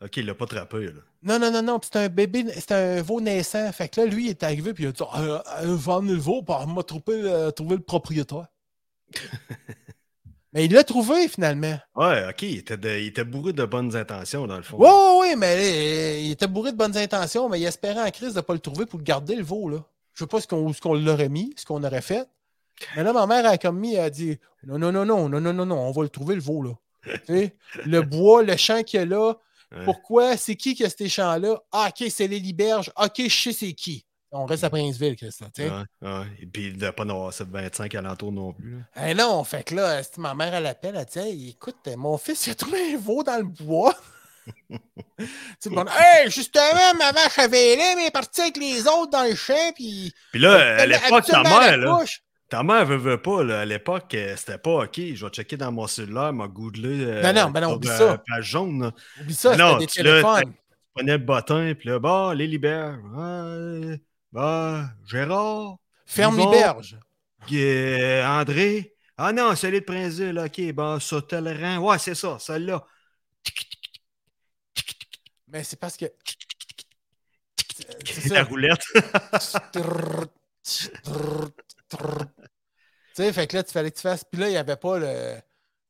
C: OK, il l'a pas trappé. Là.
B: Non, non, non, non. Puis c'est un bébé, c'est un veau naissant. Fait que là, lui, il est arrivé, puis il a dit euh, euh, Vendre le veau, puis on m'a trouvé, le- trouvé le propriétaire. mais il l'a trouvé, finalement.
C: Ouais, OK, il était, de- il était bourré de bonnes intentions, dans le fond.
B: Oui, oui, oui, mais euh, il était bourré de bonnes intentions, mais il espérait en crise de ne pas le trouver pour le garder, le veau, là. Je sais pas ce qu'on, où ce qu'on l'aurait mis, ce qu'on aurait fait. Mais là, ma mère a comme mis, elle a dit Non, non, non, non, non, non, non, non, on va le trouver, le veau, là. Tu sais, le bois, le champ qu'il y a là,
C: Ouais.
B: Pourquoi? C'est qui qui a ces champs-là? Ah, OK, c'est les Liberges. OK, je sais c'est qui. On reste à Princeville, Christian. tu sais.
C: Mm. Ouais, ouais. Et puis il devait pas en avoir 25 alentours non plus. là.
B: Eh non, fait que là, si ma mère, elle appelle, elle dit Hey, écoute, euh, mon fils, il a trouvé un veau dans le bois. tu me Hey, justement, ma vache avait là, mais elle est partie avec les autres dans le champ, puis.
C: Puis là, euh, à l'époque, ta
B: Habituellement,
C: mère,
B: elle
C: là,
B: couche.
C: ta mère veut, veut pas, là, à l'époque, euh, c'était pas OK, je vais checker dans mon cellulaire, m'a googlé. euh,
B: Non, non, ben non,
C: sur,
B: oublie
C: euh,
B: ça.
C: Page jaune, là.
B: Oublie ça,
C: Mais non,
B: c'était des
C: tu l'as-
B: téléphones.
C: Tu prenais le bottin, puis là, bah, les libères. Ouais, bah, Gérard,
B: Ferme
C: Yvon.
B: les berges.
C: Gu- euh, André. Ah non, celui de Princeville, OK, bah, Sautelran. Ouais, c'est ça, celle-là.
B: Mais c'est parce que. C'est
C: La
B: ça.
C: roulette.
B: Trrrt, trrrt, trrrt. tu sais, fait que là, tu fallait que tu fasses. Puis là, il n'y avait pas le.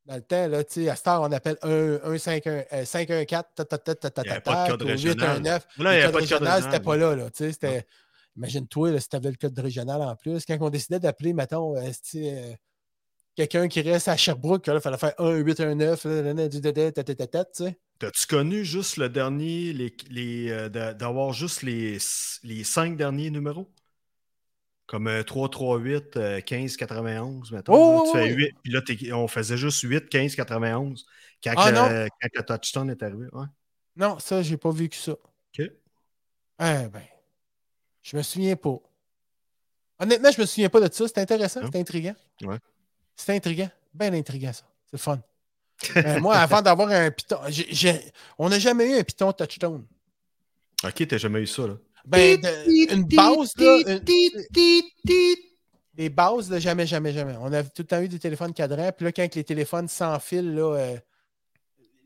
B: Dans le temps, là, tu sais, à Star, on appelle euh, 1-5-1-4,
C: Il y avait pas de code régional.
B: 8-1-9.
C: Là, il n'y
B: le
C: avait
B: code
C: pas de code
B: régional, c'était
C: régional.
B: pas là, là, tu sais, c'était... Imagine-toi, là, si t'avais le code régional en plus, quand on décidait d'appeler, mettons, euh, esti, euh, quelqu'un qui reste à Sherbrooke, il fallait faire 1-8-1-9, tu sais.
C: T'as-tu connu juste le dernier, les, les, euh, d'a- d'avoir juste les, les cinq derniers numéros? Comme euh, 3, 3, 8, euh, 15, 91, mettons.
B: Oh,
C: là,
B: oui,
C: tu
B: oui,
C: fais
B: oui.
C: 8, puis là, t'es- on faisait juste 8, 15, 91 quand,
B: Ah,
C: que-
B: non.
C: quand que le touchdown est arrivé. Ouais.
B: Non, ça, j'ai pas vécu ça.
C: OK.
B: Eh ben, je me souviens pas. Honnêtement, je me souviens pas de ça. C'est intéressant,
C: Non.
B: c'est intriguant.
C: Ouais.
B: C'est intriguant. Ben intriguant, ça. C'est le fun. Euh, moi, avant d'avoir un piton, j'ai- j'ai- on n'a jamais eu un piton touchdown.
C: OK, t'as jamais eu ça, là.
B: Ben, de- une base, là, une- des bases, là, jamais, jamais, jamais. On avait tout le temps eu des téléphones cadrans. Puis là, quand les téléphones sans fil, là, euh,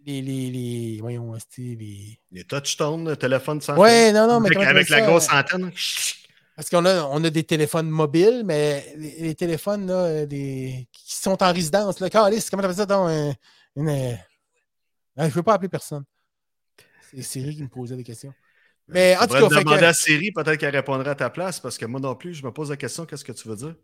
B: les, les, les, voyons, c'était les...
C: Les touchdowns, le téléphone sans
B: Ouais, non, non, mais
C: avec,
B: comment
C: avec
B: on
C: la
B: appelle ça?
C: grosse antenne. chut.
B: Parce qu'on a, on a des téléphones mobiles, mais les, les téléphones là, euh, des- qui sont en résidence, là, Calice, comment t'appelles ça donc? un- une, euh, ah, je ne veux pas appeler personne. C'est Siri qui me posait des questions. Mais en tout
C: Faudrait
B: cas, fait
C: demander
B: que-
C: à Siri, peut-être qu'elle répondrait à ta place, parce que moi non plus, je me pose la question, qu'est-ce que tu veux dire?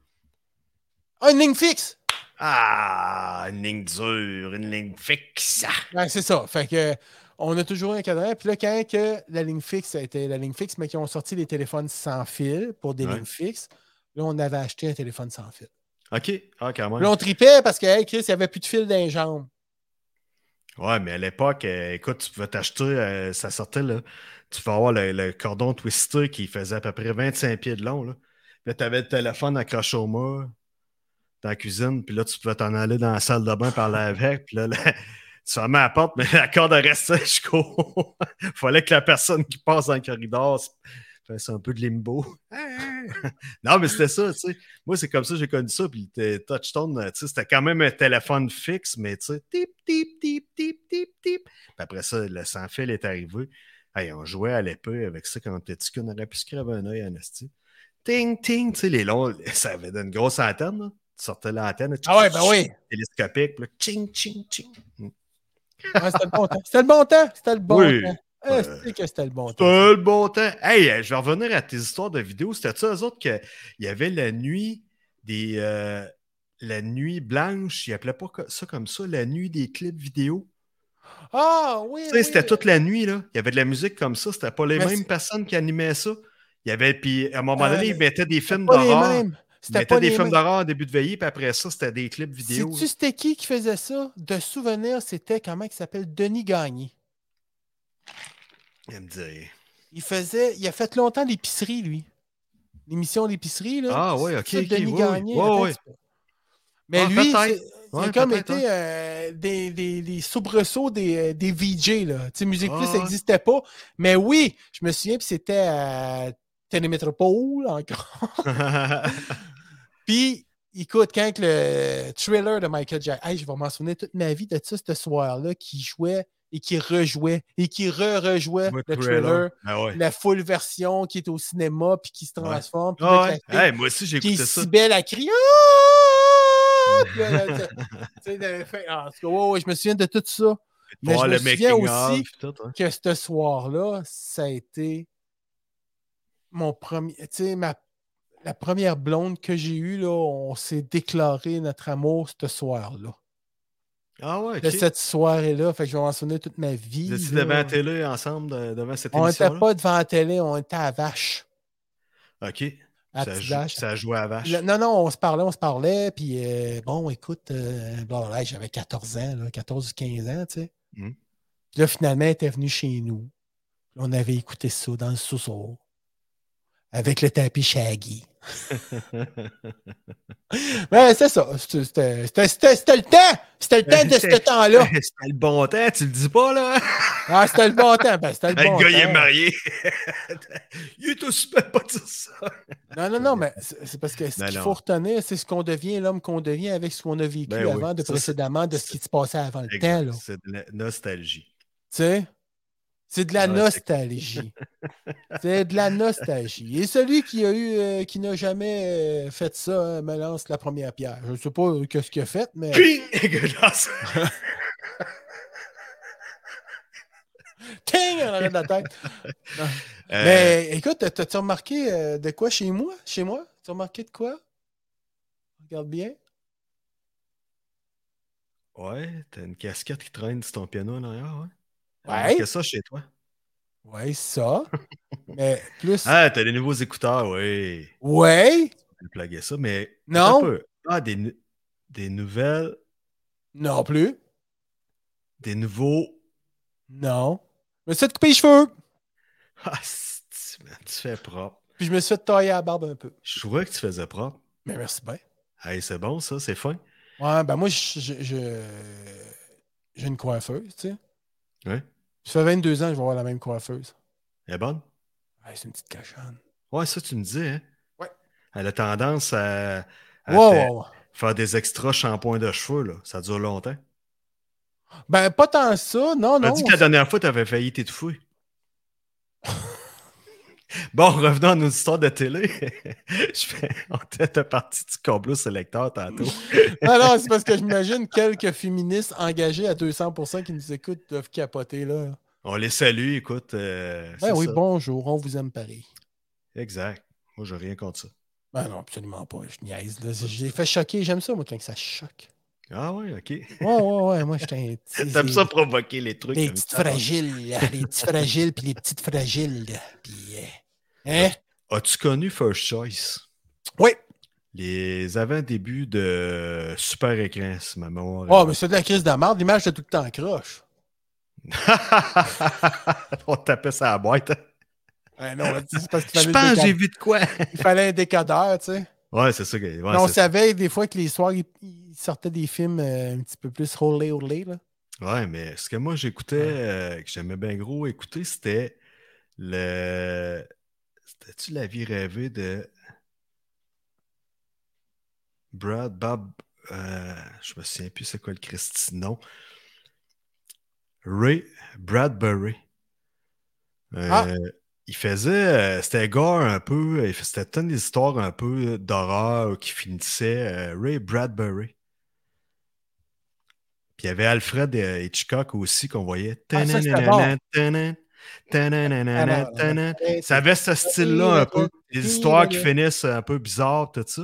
B: Ah, une ligne fixe!
C: Ah, une ligne dure, une ligne fixe.
B: Ouais, c'est ça. Fait que euh, on a toujours un cadran. Puis là, quand que la ligne fixe a été la ligne fixe, mais qui ont sorti les téléphones sans fil pour des
C: Ouais.
B: lignes fixes, là, on avait acheté un téléphone sans fil.
C: OK, ah, quand même.
B: Là, on tripait parce que hey, Chris, il n'y avait plus de fil dans les jambes.
C: Ouais, mais à l'époque, euh, écoute, tu pouvais t'acheter, euh, ça sortait, là, tu pouvais avoir le, le cordon twisté qui faisait à peu près 25 pieds de long, là. Puis là, tu avais le téléphone accroché au mur dans la cuisine, puis là, tu pouvais t'en aller dans la salle de bain par là avec, puis là, la- tu fermais la porte, mais la corde restait jusqu'au... fallait que la personne qui passe dans le corridor se- fasse un peu de limbo. non, mais c'était ça, tu sais. Moi, c'est comme ça que j'ai connu ça. Puis le t- Touchstone, euh, tu sais, c'était quand même un téléphone fixe, mais tu sais, tip, tip, tip, tip, tip, tip. Puis après ça, le sans-fil est arrivé. Hey, on jouait à l'épée avec ça quand on était petit, qu'on aurait pu se crever un œil à Nasty. Ting, ting, tu sais, les longs, ça avait une grosse antenne, là. Tu sortais l'antenne,
B: Ah ouais, ben oui.
C: télescopique, puis là, ching, ching, ching.
B: Ouais, c'était le bon temps. C'était le bon temps. C'était le bon
C: Oui.
B: temps.
C: Ouais.
B: Ah, c'est que c'était le bon temps.
C: C'était le bon temps. Hey, euh, je vais revenir à tes histoires de vidéos. C'était ça, eux autres, qu'il y avait la nuit des. euh, la nuit blanche, ils appelaient pas co- ça comme ça, la nuit des clips vidéo.
B: Ah, oui.
C: Tu sais,
B: oui.
C: c'était toute la nuit, là. Il y avait de la musique comme ça. C'était pas les
B: Mais
C: mêmes
B: c'est-
C: personnes qui animaient ça. Il y avait, puis à un moment
B: Euh,
C: donné, ils mettaient des films
B: pas les
C: d'horreur.
B: mêmes.
C: Ils
B: C'était pas
C: mettaient des
B: les
C: films
B: mêmes.
C: d'horreur au début de veillée, puis après ça, c'était des clips vidéo.
B: Sais-tu c'était qui qui faisait ça? De souvenir, c'était comment il s'appelle Denis Gagné.
C: Il me dit.
B: Il faisait, il a fait longtemps l'épicerie, lui. L'émission l'épicerie, là.
C: Ah, ouais,
B: C'est
C: ok,
B: ça,
C: ok,
B: Denis
C: oui,
B: Gagné.
C: oui,
B: attends
C: oui.
B: un petit peu. Mais
C: Ah,
B: lui,
C: peut-être.
B: c'est- il a
C: Ouais,
B: comme
C: peut-être,
B: été euh, des, des, des soubresauts des, euh, des VJ, là. Tu sais, Musique
C: Ah,
B: Plus, ça
C: ouais.
B: n'existait pas. Mais oui, je me souviens, puis c'était à Télémétropole, encore. Puis, écoute, quand que le thriller de Michael Jackson, Hey, je vais m'en souvenir toute ma vie de ça, ce soir-là, qui jouait et qui rejouait et qui re-rejouait
C: Ouais,
B: le
C: Thriller.
B: thriller,
C: Ah ouais.
B: la full version qui est au cinéma, puis qui se transforme, puis
C: Ah
B: là,
C: ouais.
B: que la fille
C: Hey, moi aussi, j'ai
B: qui
C: écouté
B: est
C: ça.
B: si belle, elle crie Ah! Puis là, là, tu- tu sais, de- fait- ah, en tout cas, ouais, ouais, je me souviens de tout ça. Mais
C: Voir
B: je me
C: le
B: souviens
C: making
B: aussi
C: of, tout, hein.
B: que ce soir-là, ça a été mon premier, tu sais, ma la première blonde que j'ai eue, là, on s'est déclaré notre amour ce soir-là.
C: Ah ouais,
B: De
C: ok.
B: cette soirée-là, fait que je vais m'en souvenir toute ma vie.
C: Vous étiez
B: là.
C: devant la télé ensemble, de- devant cette
B: on
C: émission
B: n'était pas devant la télé, on était à la vache.
C: OK.
B: À
C: ça,
B: Petite
C: jou-
B: Vache.
C: ça jouait à vache.
B: Le- non, non, on se parlait, on se parlait, puis euh, bon, écoute, euh, blablabla, j'avais 14 ans, là, 14 ou 15 ans, tu sais.
C: Mm.
B: Puis là, finalement, elle était venue chez nous. Puis On avait écouté ça dans le sous-sol, avec le tapis shaggy. Ben, c'est ça. C'était- C'était c'était- c'était le temps! C'était le temps de ce
C: C'était-
B: temps-là!
C: C'était le bon temps, tu le dis pas, là?
B: Ah, c'était le bon temps. Ben, c'était le
C: Hey,
B: bon
C: le gars, il est
B: temps.
C: marié. il est aussi même pas dire ça.
B: Non, non, non, mais c'est c'est parce que ce
C: Ben
B: qu'il
C: non.
B: faut retenir, c'est ce qu'on devient, l'homme qu'on devient avec ce qu'on a vécu
C: Ben oui,
B: avant, de
C: ça, c'est-
B: précédemment, de ce qui se passait avant le temps. là.
C: Exact, C'est de la nostalgie.
B: Tu sais? C'est de la
C: Ah, c'est-
B: nostalgie. c'est de la nostalgie. Et celui qui a eu, euh, qui n'a jamais euh, fait ça, hein, me lance la première pierre. Je ne sais pas que ce qu'il a fait, mais
C: Ping! Dégueulasse.
B: ting en arrière de la tête.
C: Euh,
B: Mais écoute, t'as- t'as-tu remarqué euh, de quoi chez moi? Chez moi? T'as remarqué de quoi? Regarde bien.
C: Euh, Ouais, t'as une casquette qui traîne sur ton piano en arrière, ouais.
B: Ouais.
C: Remarque ça chez toi.
B: Ouais, ça. mais plus.
C: Ah, t'as des nouveaux écouteurs, oui.
B: Ouais.
C: Je plaguais ça, mais.
B: Non.
C: Attends un peu. Ah, des, nu- des nouvelles.
B: Non plus.
C: Des nouveaux.
B: Non. Je me suis fait couper les cheveux.
C: Ah, c'est- man, tu fais propre.
B: Puis je me suis fait tailler la barbe un peu.
C: Je trouvais que tu faisais propre.
B: Mais merci bien.
C: Hey, c'est bon, ça, c'est fin.
B: Ouais, ben moi, je. je- je- J'ai une coiffeuse, tu sais.
C: Ouais.
B: Ça fait 22 ans que je vais avoir la même coiffeuse.
C: Elle est bonne?
B: Ouais, c'est une petite cochonne.
C: Ouais, ça, tu me dis, hein?
B: Ouais.
C: Elle a tendance à, à
B: Wow,
C: faire,
B: wow, wow.
C: faire des extras shampoings de cheveux, là. Ça dure longtemps.
B: Ben, pas tant ça, non,
C: Tu m'as
B: non.
C: dit que la dernière fois, tu avais failli t'étouffer. bon, revenons à nos histoires de télé. Je fais... On était parti du complot sélecteur tantôt.
B: Non, non, c'est parce que j'imagine quelques féministes engagés à 200% qui nous écoutent doivent capoter, là.
C: On les salue, écoute. euh,
B: Ben
C: c'est
B: oui,
C: ça.
B: bonjour, on vous aime Paris.
C: Exact. Moi, j'ai rien contre ça.
B: Ben non, absolument pas, je niaise. Là. J'ai fait choquer, j'aime ça, moi, quand ça choque.
C: Ah ouais, ok.
B: Ouais, ouais, ouais, moi, j'étais un petit...
C: T'aimes ça provoquer les trucs.
B: Les
C: comme
B: petites
C: ça.
B: fragiles, là, les petits fragiles, puis les petites fragiles, là, puis... euh, Hein?
C: As-tu connu First Choice?
B: Oui!
C: Les avant-débuts de Super Écran, si ma mémoire. est
B: Oh,
C: bonne.
B: mais c'est de la crise de la merde, l'image de tout le temps croche.
C: On tapait ça à la boîte.
B: Ouais, non, c'est parce qu'il
C: Je
B: fallait,
C: pense
B: un
C: que
B: déca-
C: j'ai vu de quoi.
B: il fallait un décodeur, tu sais.
C: Ouais, c'est ça. Que... ouais,
B: Mais on
C: c'est-
B: savait des fois que les soirs, ils ils sortaient des films euh, un petit peu plus holé holé, là.
C: Ouais, mais ce que moi j'écoutais, euh, que j'aimais bien gros écouter, c'était le. C'était-tu la vie rêvée de. Brad, Bob. euh, je me souviens plus c'est quoi le Christi nom. Ray Bradbury. Euh,
B: Ah.
C: Il faisait. euh, c'était gore un peu. il fais- C'était tant des histoires un peu d'horreur qui finissaient. euh, Ray Bradbury. Puis il y avait Alfred euh, Hitchcock aussi qu'on voyait.
B: Ah, ça, c'était
C: Tananana, tanan, tananana,
B: Ah, non,
C: tanan.
B: Hey,
C: Ça avait ce style-là un peu. Des histoires qui finissent un peu bizarres, tout ça.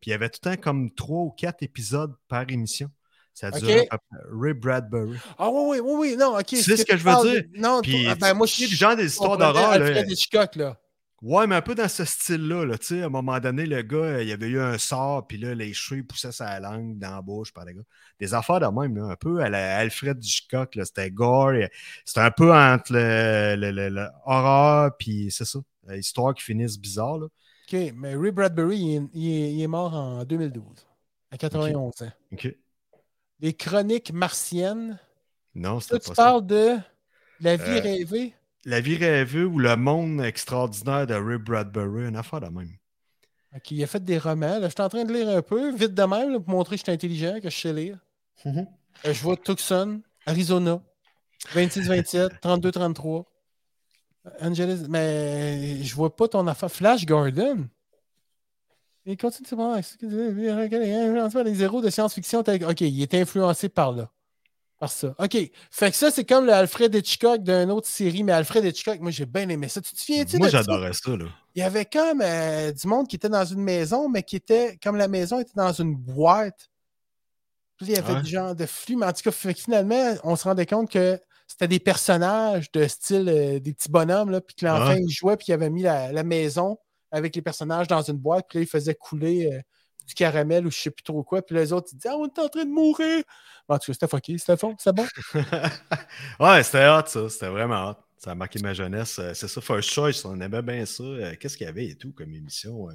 C: Puis il y avait tout le temps comme trois ou quatre épisodes par émission. Ça
B: Ok.
C: dure à peu près- Ray Bradbury.
B: Ah oui, oui, oui, oui, non, ok.
C: Tu sais ce
B: skip
C: que je veux
B: all.
C: dire?
B: Non,
C: Puis,
B: toi- ben, moi, je
C: tu sais, le
B: suis
C: genre des histoires d'horreur. là.
B: Alfred Hitchcock, là.
C: Ouais, mais un peu dans ce style-là. là, tu sais, à un moment donné, le gars, euh, il avait eu un sort, puis là, les cheveux ils poussaient sa langue dans la bouche par les gars. Des affaires de même, là, un peu à la Alfred Hitchcock. là, C'était gore. et- C'était un peu entre le, le- le- le horreur, puis c'est ça. euh, Histoire qui finissent bizarre. Là.
B: OK, mais Ray Bradbury, il est, il est- il est mort en 2012, à 91 ans.
C: OK.
B: Les chroniques martiennes.
C: Non,
B: Toi,
C: c'était
B: tu
C: pas ça.
B: parles de la vie
C: Euh,
B: rêvée.
C: La vie rêvée ou le monde extraordinaire de Ray Bradbury, une affaire de même.
B: OK, il a fait des romans. Là, je suis en train de lire un peu, vite de même, là, pour montrer que je suis intelligent, que je sais lire. Euh, je vois Tucson, Arizona, 26-27, 32-33. Angeles, mais je vois pas ton affaire. Flash Garden. Il continue de se les héros de science-fiction. tel- OK, il est influencé par là. Par ça. OK. Fait que ça, c'est comme le Alfred Hitchcock d'une autre série, mais Alfred Hitchcock, moi, j'ai bien aimé ça. Tu te souviens-tu
C: Moi,
B: de ça?
C: j'adorais ça. Là.
B: Il y avait comme euh, du monde qui était dans une maison, mais qui était, comme la maison était dans une boîte. Puis il y avait
C: Ouais.
B: du genre de flux, mais en tout cas, fait que finalement, on se rendait compte que c'était des personnages de style euh, des petits bonhommes, là, puis que l'enfant,
C: Ouais.
B: il jouait, puis il avait mis la, la maison avec les personnages dans une boîte, puis là, il faisait couler euh, du caramel ou je sais plus trop quoi, puis les autres, ils disaient Ah, on est en train de mourir! En tout cas, c'était fucké, c'était fond, c'était bon.
C: ouais, c'était hot, ça. C'était vraiment hot. Ça a marqué ma jeunesse. Euh, C'est ça, First Choice. On aimait bien ça. Euh, Qu'est-ce qu'il y avait et tout comme émission? euh?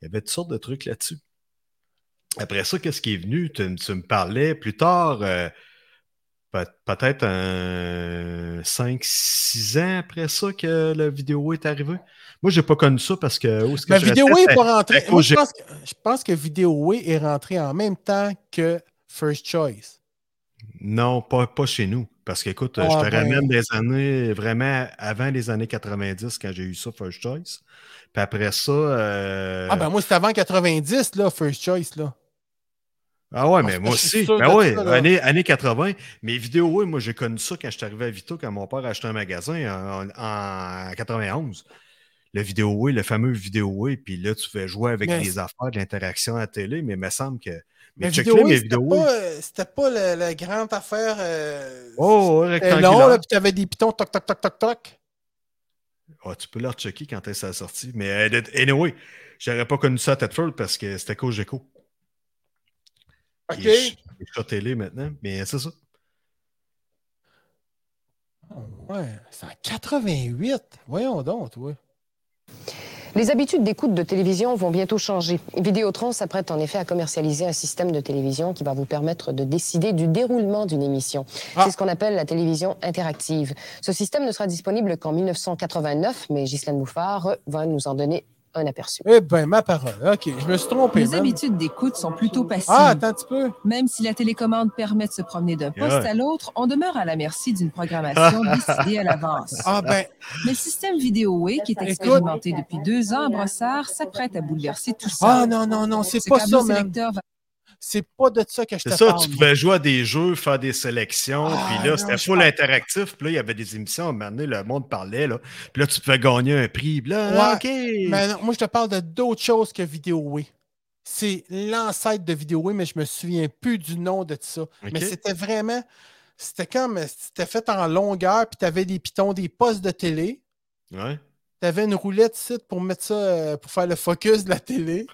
C: Il y avait toutes sortes de trucs là-dessus. Après ça, qu'est-ce qui est venu? Tu, m- tu me parlais plus tard, euh, peut- peut-être 5-6 ans après ça que la vidéo est arrivée. Moi, j'ai pas connu ça parce que. où est-ce que
B: Mais
C: je
B: Vidéo
C: restais,
B: est pas rentré.
C: c'était
B: Moi, je
C: au
B: pense, que, je pense que Vidéo est rentré en même temps que First Choice.
C: Non, pas, pas chez nous. Parce qu'écoute,
B: Ah,
C: je te
B: ben.
C: ramène des années, vraiment avant les années 90, quand j'ai eu ça, First Choice. Puis après ça. euh,
B: Ah ben moi c'était avant 90 là, First Choice là.
C: ah ouais,
B: je
C: mais
B: suis
C: moi aussi.
B: sûr
C: Ben
B: de
C: oui,
B: ça, là.
C: années, années 80. Mais vidéo, oui, moi j'ai connu ça quand je suis arrivé à Vito, quand mon père a acheté un magasin en, en 91. Le vidéo, oui, le fameux vidéo, oui. Puis là, tu fais jouer avec
B: Mais-
C: des affaires, de l'interaction à la télé, mais il me semble que.
B: Mais
C: Mais
B: vidéo,
C: check-les, mes
B: c'était
C: vidéos.
B: pas, euh, c'était pas la, la grande affaire. Euh,
C: Oh, ouais,
B: c'était
C: rectangulaire.
B: long là, puis t'avais des pitons toc toc toc toc toc.
C: Ah, tu peux leur checker quand est-ce la sortie. Mais euh, anyway, j'aurais pas connu ça à Tedford parce que c'était Cogeco.
B: Ok.
C: Il est ch- il est chat télé maintenant, mais c'est ça.
B: Ouais, c'est en 88. Voyons donc, toi.
D: Les habitudes d'écoute de télévision vont bientôt changer. Vidéotron s'apprête en effet à commercialiser un système de télévision qui va vous permettre de décider du déroulement d'une émission.
B: Ah.
D: C'est ce qu'on appelle la télévision interactive. Ce système ne sera disponible qu'en 1989, mais Ghislaine Bouffard va nous en donner un aperçu.
B: Eh ben ma parole. Ok, je me suis trompé.
E: Les
B: man.
E: habitudes d'écoute sont plutôt passives.
B: Ah attends un petit peu.
E: Même si la télécommande permet de se promener d'un
C: Yeah.
E: poste à l'autre, on demeure à la merci d'une programmation décidée à l'avance.
B: Ah ben
E: Mais le système Vidéoway, qui est
D: Écoute.
E: expérimenté depuis deux ans à Brossard, s'prête à bouleverser tout ça.
B: ah non non non c'est
E: Ce
B: pas
E: câble
B: ça man.
E: sélecteur va-
B: C'est pas de ça que je te
C: C'est ça,
B: parle.
C: tu pouvais jouer à des jeux, faire des sélections,
B: Ah,
C: puis là,
B: non,
C: c'était
B: je
C: full
B: parle-
C: interactif, puis là, il y avait des émissions, à un moment donné, le monde parlait, là, puis là, tu pouvais gagner un prix, puis là, OK.
B: Mais Ben, non, moi, je te parle de d'autres choses que Vidéoway. C'est l'ancêtre de Vidéoway, mais je me souviens plus du nom de ça. Mais
C: Ok.
B: c'était vraiment. C'était comme. C'était fait en longueur, puis tu avais des pitons, des postes de télé.
C: Ouais.
B: Tu avais une roulette ici pour mettre ça, euh, pour faire le focus de la télé.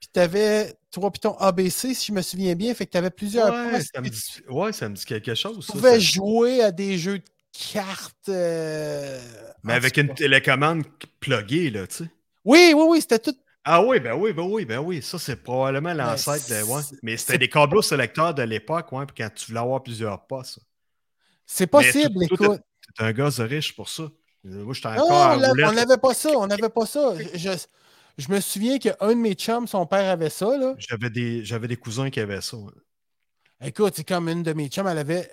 B: Puis tu avais trois pitons ABC, si je me souviens bien. Fait que tu avais plusieurs
C: Ouais,
B: postes.
C: ça me
B: puis tu
C: dit, ouais, ça me dit quelque chose. ça,
B: pouvais
C: ça.
B: jouer à des jeux de cartes. euh,
C: Mais
B: en
C: avec
B: tout
C: une
B: cas.
C: télécommande pluggée, là, tu sais.
B: Oui, oui, oui, c'était tout
C: Ah oui, ben oui, ben oui, ben oui. Ça, c'est probablement l'ancêtre de. Ouais.
B: Ben, c'est-
C: Mais
B: c'est-
C: c'était des câbleaux sélecteurs de l'époque, ouais, puis quand tu voulais avoir plusieurs postes.
B: C'est possible,
C: Mais tout- tout
B: écoute.
C: T'es un gars riche pour ça. Euh, Moi, j'étais
B: Non,
C: encore à
B: Ah, on l'a- on
C: roulette.
B: n'avait pas ça, on n'avait pas ça. Je, je me souviens qu'un de mes chums, son père avait ça. Là.
C: J'avais des, j'avais des cousins qui avaient ça. ouais.
B: Écoute, c'est comme une de mes chums, elle avait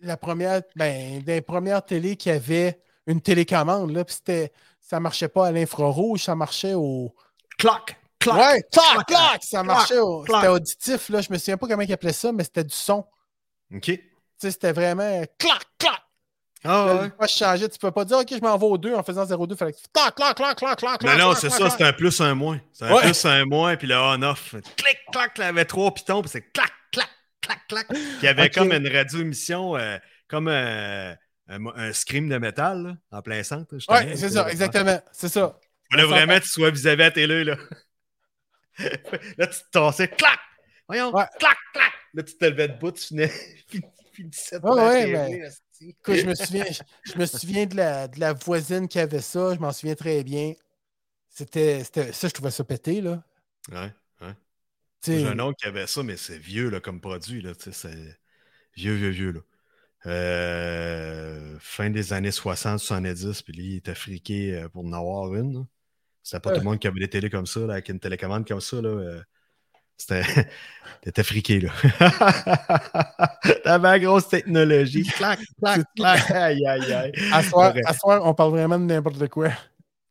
B: la première, ben, des premières télés qui avait une télécommande, là, puis c'était, ça marchait pas à l'infrarouge, ça marchait au...
C: Clock! Clock!
B: ouais, clac,
C: clac,
B: clac, ça marchait au...
C: clac.
B: C'était auditif, là, je me souviens pas comment ils appelaient ça, mais c'était du son.
C: OK.
B: Tu sais, c'était vraiment clac, clac.
C: Ah ouais.
B: Pas changer. Tu peux pas dire, OK, je m'en vais au 2 en faisant 0-2. Fallait que tu- clac, clac, clac, clac, clac,
C: Non,
B: clac,
C: non,
B: clac,
C: c'est
B: clac,
C: ça,
B: clac.
C: c'était un plus, un moins. C'est un
B: Ouais.
C: plus, un moins, puis le on-off. Clic, clac, là, il y avait trois pitons, puis c'est clac, clac, clac, clac. Puis il y avait
B: Ok.
C: comme une radio-émission, euh, comme euh, un, un scream de métal, là, en plein centre. je te
B: Ouais,
C: dis,
B: c'est
C: là.
B: ça, exactement. C'est ça.
C: Il fallait vraiment que tu sois vis-à-vis à télé, là. là, tu te tassais, clac! Voyons,
B: Ouais.
C: clac, clac! Là, tu te levais debout, tu finis- tu finissais devant
B: Ouais,
C: la
B: ouais,
C: télé, hostie.
B: Écoute, je me souviens, je, je me souviens de, la, de la voisine qui avait ça. Je m'en souviens très bien. C'était, c'était- ça, je trouvais ça pété, là.
C: Ouais.
B: Tu sais,
C: J'ai un oncle qui avait ça, mais c'est vieux là, comme produit. Là, tu sais, c'est vieux, vieux, vieux. Là. Euh, fin des années 60, 70, puis lui, il était friqué euh, pour en avoir une. là. C'était pas
B: Ouais.
C: tout le monde qui avait des télés comme ça, là, avec une télécommande comme ça. Là, euh, c'était... T'étais friqué, là. T'avais la grosse technologie. Clac, clac, clac. Aïe, aïe, aïe.
B: à, soir,
C: Correct.
B: à soir, on parle vraiment de n'importe quoi.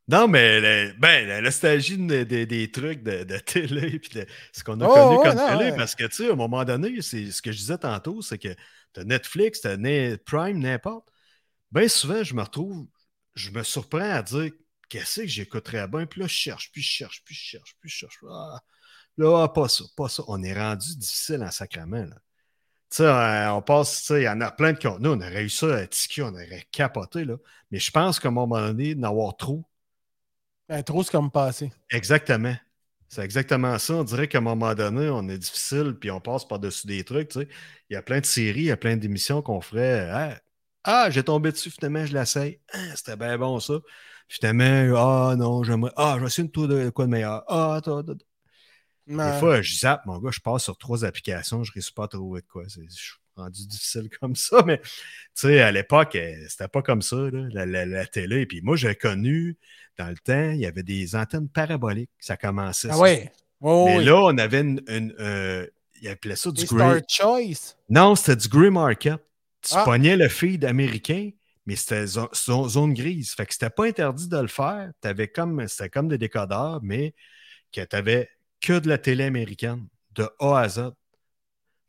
C: Non, mais le- ben, la nostalgie de- de- des trucs de, de télé puis de ce qu'on a
B: Oh,
C: connu
B: ouais,
C: comme
B: non,
C: télé.
B: ouais.
C: Parce que, tu sais, à un moment donné, c'est ce que je disais tantôt, c'est que t'as Netflix, t'as as Prime, n'importe. Bien souvent, je me retrouve, je me surprends à dire qu'est-ce que j'écouterais bien. Puis là, je cherche, puis je cherche, puis je cherche, puis je cherche. Ah, là, ah, pas ça, pas ça. On est rendu difficile en sacrament, là. Tu sais, euh, on passe, tu sais, il y en a plein de contenus. On aurait eu ça à Tiki, on aurait capoté, là. Mais je pense qu'à un moment donné, d'en avoir trop,
B: Ben, trop, c'est comme passé.
C: Exactement. C'est exactement ça. On dirait qu'à un moment donné, on est difficile, puis on passe par-dessus des trucs. tu sais. Il y a plein de séries, il y a plein d'émissions qu'on ferait. Ah, ah, j'ai tombé dessus, finalement, je l'essaye. Ah, c'était bien bon ça. Finalement, ah non, j'aimerais. Ah, je vais essayer une tour de quoi de meilleur. Ah, toi, toi, toi. Des
B: Ben,
C: fois, je zappe, mon gars, je passe sur trois applications, je réussis pas à trouver de quoi. C'est- Je suis rendu difficile comme ça, mais tu sais, à l'époque, euh, c'était pas comme ça, là, la, la- la télé. Puis moi, j'ai connu, dans le temps, il y avait des antennes paraboliques. Ça commençait.
B: Ah
C: ça.
B: ouais. Ouais,
C: Mais
B: ouais.
C: là, on avait une. une, euh, ils appelaient ça du
B: Les
C: grey.
B: Star Choice.
C: Non, c'était du grey market. Tu
B: Ah.
C: pognais le feed américain, mais c'était zo- zo- zone grise. Fait que c'était pas interdit de le faire. T'avais comme, c'était comme des décodeurs, mais que t'avais que de la télé américaine, de A à Z.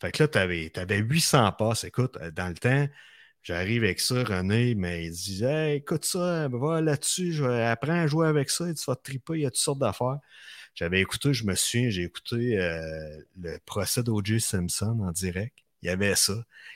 C: Fait que là, t'avais, t'avais 800 passes. Écoute, euh, dans le temps, j'arrive avec ça, René, mais il dit Hey, écoute ça, va là-dessus, je vais- apprends à jouer avec ça, tu vas te triper, il y a toutes sortes d'affaires. J'avais écouté, je me souviens, j'ai écouté euh, le procès d'O.J. Simpson en direct. Il y avait ça.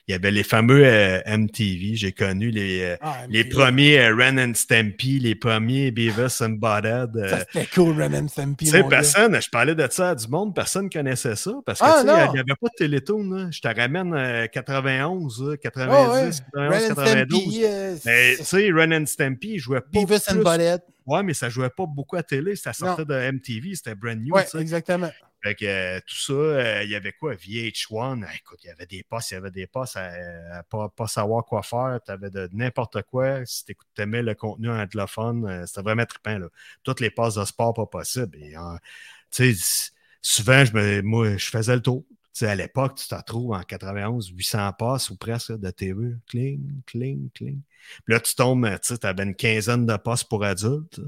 C: Il y avait les fameux euh, MTV. J'ai connu les, euh,
B: Ah,
C: les
B: mais-
C: premiers euh, Ren and Stampy, les premiers Beavis and Butthead. euh,
B: Ça, c'était cool, Ren and Stampy.
C: tu sais,
B: mon gars.
C: personne, je parlais de ça à du monde, personne connaissait ça parce que
B: Ah,
C: tu sais,
B: non.
C: il n'y avait pas de Télétoon. là. Je te ramène euh, 91, euh, 90,
B: Ah, ouais. Ren
C: 91,
B: and
C: 92.
B: Stampy, euh,
C: Mais tu sais, Ren and Stampy, ils jouaient pas.
B: Beavis and
C: Ben, plus-
B: Butthead.
C: Ouais, mais ça jouait pas beaucoup à télé. Ça sortait de MTV, c'était brand new.
B: Ouais,
C: tu sais.
B: exactement.
C: Fait que euh, tout ça, euh, il y avait quoi? VH1, ah, écoute, il y avait des postes, il y avait des postes à, à pas, pas savoir quoi faire, tu avais de n'importe quoi. Si tu aimais le contenu anglophone, euh, c'était vraiment trippant. Là. Toutes les passes de sport pas possible. Et, euh, tu sais, s- souvent, je, me, moi, je faisais le tour. Tu sais, à l'époque, tu te retrouves en 91, 800 passes ou presque là, de TV. Cling, cling, cling. Puis là, tu tombes, euh, tu sais, avais une quinzaine de passes pour adultes.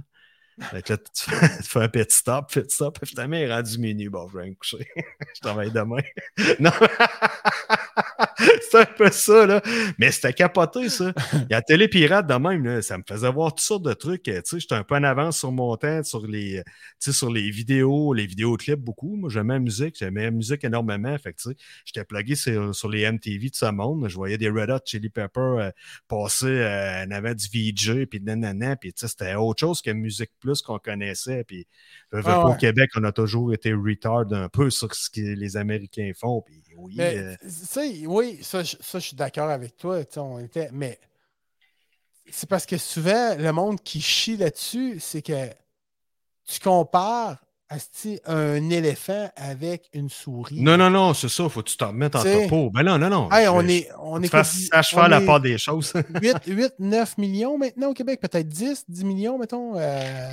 C: Fait que là, tu fais, tu fais un petit stop, petit stop, et finalement, il est rendu minuit. Bon, je vais me coucher. je travaille demain. non. c'est un peu ça, là. Mais c'était capoté, ça. Il y a Télé Pirate de même, là. Ça me faisait voir toutes sortes de trucs. euh, Tu sais, j'étais un peu en avance sur mon temps, sur les, tu sais, sur les vidéos, les vidéoclips beaucoup. Moi, j'aimais la musique. J'aimais la musique énormément. Fait que, tu sais, j'étais plugué sur, sur les MTV de ce monde. Je voyais des Red Hot Chili Pepper passer euh, en avant du VJ, puis nanana, puis tu sais, c'était autre chose que Musique Plus qu'on connaissait, puis veux, veux
B: Ah
C: pas, au
B: ouais.
C: Québec, on a toujours été retard un peu sur ce que les Américains font, puis oui,
B: Mais,
C: euh,
B: tu sais, oui, ça, je ça, je suis d'accord avec toi. tu sais, On était, mais c'est parce que souvent, le monde qui chie là-dessus, c'est que tu compares asti, un éléphant avec une souris.
C: non, non, non, c'est ça, faut que tu t'en remettes en
B: Tu sais,
C: topo, ben non, non, non,
B: Hey,
C: je-
B: on
C: je-
B: est. On
C: tu
B: est
C: fasses- sache faire la part des choses.
B: 8, 9 millions maintenant au Québec, peut-être 10, 10 millions, mettons, euh,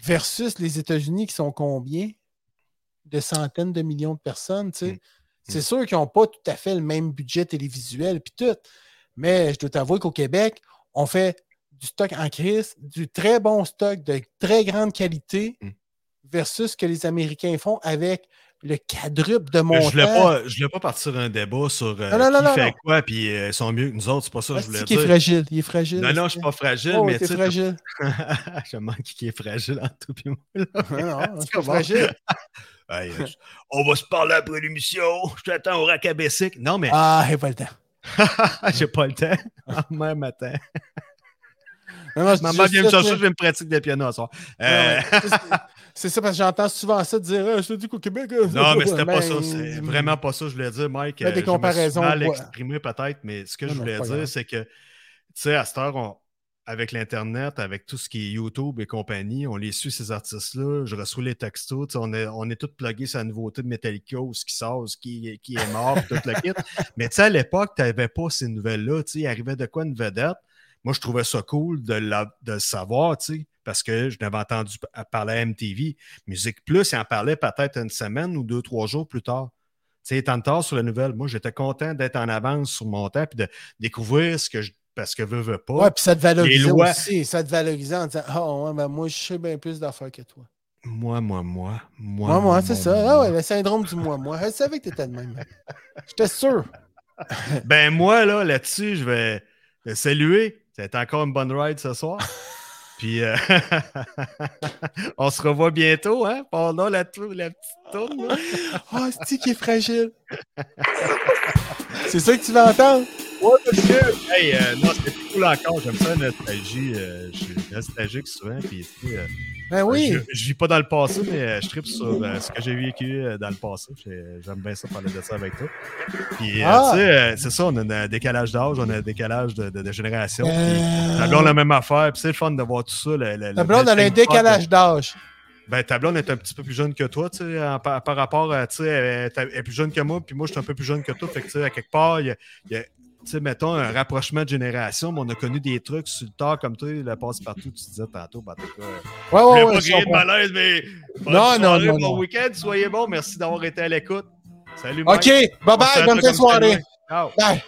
B: versus les États-Unis qui sont combien? De centaines de millions de personnes, tu sais.
C: Mm.
B: C'est sûr qu'ils n'ont pas tout à fait le même budget télévisuel, puis tout. Mais je dois t'avouer qu'au Québec, on fait du stock en crise, du très bon stock de très grande qualité
C: Mm.
B: versus ce que les Américains font avec le quadruple de mon
C: Je voulais
B: temps.
C: pas, je voulais pas partir un débat sur euh,
B: Non, non, non,
C: qui
B: non,
C: fait
B: non.
C: quoi, puis euh, ils sont mieux que nous autres. C'est pas ça que je
B: Asti
C: voulais
B: Ah, qu'il est
C: dire.
B: fragile, il est fragile.
C: Non, non, je suis pas fragile,
B: Oh,
C: mais
B: t'es
C: tu sais,
B: fragile.
C: je manque qui est fragile en tout. Puis moi, là.
B: Non, non, je suis pas
C: Comment?
B: fragile.
C: Hey, euh, on va se parler après l'émission. Je t'attends au racabessic. Non, mais
B: Ah, j'ai pas le temps. Ah.
C: j'ai pas le temps. Demain matin.
B: Non, non, je dis
C: Maman
B: juste
C: vient me
B: ça, tu
C: chercher, je
B: sais.
C: vais me pratique de piano ce soir. Euh,
B: Ouais, ouais. C'est- C'est ça parce que j'entends souvent ça dire Ah, je te dis qu'au Québec. euh,
C: Non, mais c'était pas
B: ben,
C: ça. C'est vraiment pas ça que je voulais dire, Mike.
B: Fais des
C: Euh, je me suis
B: comparaisons,
C: mal
B: quoi.
C: exprimé peut-être, mais ce que
B: Non,
C: je
B: non,
C: voulais
B: pas
C: dire,
B: grave.
C: c'est que, tu sais, à cette heure, on- avec l'Internet, avec tout ce qui est YouTube et compagnie, on les suit, ces artistes-là. Je reçois les textos. tu sais, On est, on est tous pluggés sur la nouveauté de Metallica, ou ce qui sort, ce qui, qui est mort, tout le kit. Mais tu sais, à l'époque, tu n'avais pas ces nouvelles-là. Tu sais, il arrivait de quoi une vedette? Moi, je trouvais ça cool de, la- de le savoir, tu sais, parce que je n'avais entendu pa- parler à MTV. Musique Plus, il en parlait peut-être une semaine ou deux, trois jours plus tard. Tu sais, étant de tard sur la nouvelle, moi, j'étais content d'être en avance sur mon temps puis de découvrir ce que je. Parce que veux, veux pas.
B: Ouais, puis ça te valorisait
C: Les lois.
B: aussi. Ça te valorisait en disant Ah, ouais, ben moi, je sais bien plus d'affaires que toi.
C: Moi, moi, moi. Moi,
B: Moi, moi, c'est ça. Ah
C: moi.
B: ouais, le syndrome du moi, moi. Je savais que t'étais de même. J'étais sûr.
C: Ben, moi, là, là-dessus, je vais le saluer. C'est encore une bonne ride ce soir. Puis, euh, on se revoit bientôt, hein? Pendant la, tou- la petite tourne. là.
B: Ah, oh, c'est qui est fragile. c'est ça que tu vas entendre?
C: Hey, euh, non, c'était plus cool encore. J'aime ça, la nostalgie. euh, je suis nostalgique souvent. Puis, tu sais, euh,
B: Ben oui.
C: je, je vis pas dans le passé, mais euh, je tripe sur euh, ce que j'ai vécu euh, dans le passé. J'ai- J'aime bien ça parler de ça avec toi. Puis, euh,
B: Ah!
C: tu sais, euh, c'est ça, on a un décalage d'âge, on a un décalage de, de- de génération. puis
B: Euh,
C: Ta blonde, la même affaire. Puis c'est le fun de voir tout ça. Le, le-
B: La
C: le
B: blonde, elle a un
C: melting pot.
B: décalage d'âge.
C: Ben, ta blonde est un petit peu plus jeune que toi, tu sais, en- par, par rapport à, tu sais, elle, est- elle est plus jeune que moi, puis moi, je suis un peu plus jeune que toi. Fait que, tu sais, à quelque part, il y a, il y a, tu sais, mettons, un rapprochement de génération, mais on a connu des trucs sur le tard, comme toi, le passe-partout, tu disais tantôt, ben, en tout cas,
B: Ouais,
C: je
B: Oh, ouais,
C: voulais
B: ouais. je
C: pas créer de
B: comprends.
C: malaise, mais... bonne
B: Non, non,
C: soirée,
B: non,
C: Bon
B: non.
C: week-end, soyez bon, merci d'avoir été à l'écoute. Salut, Mike.
B: OK,
C: On
B: bye-bye,
C: se
B: bonne
C: rappelle
B: fin de
C: comme
B: soirée.
C: ça demain. Ciao.
B: Bye.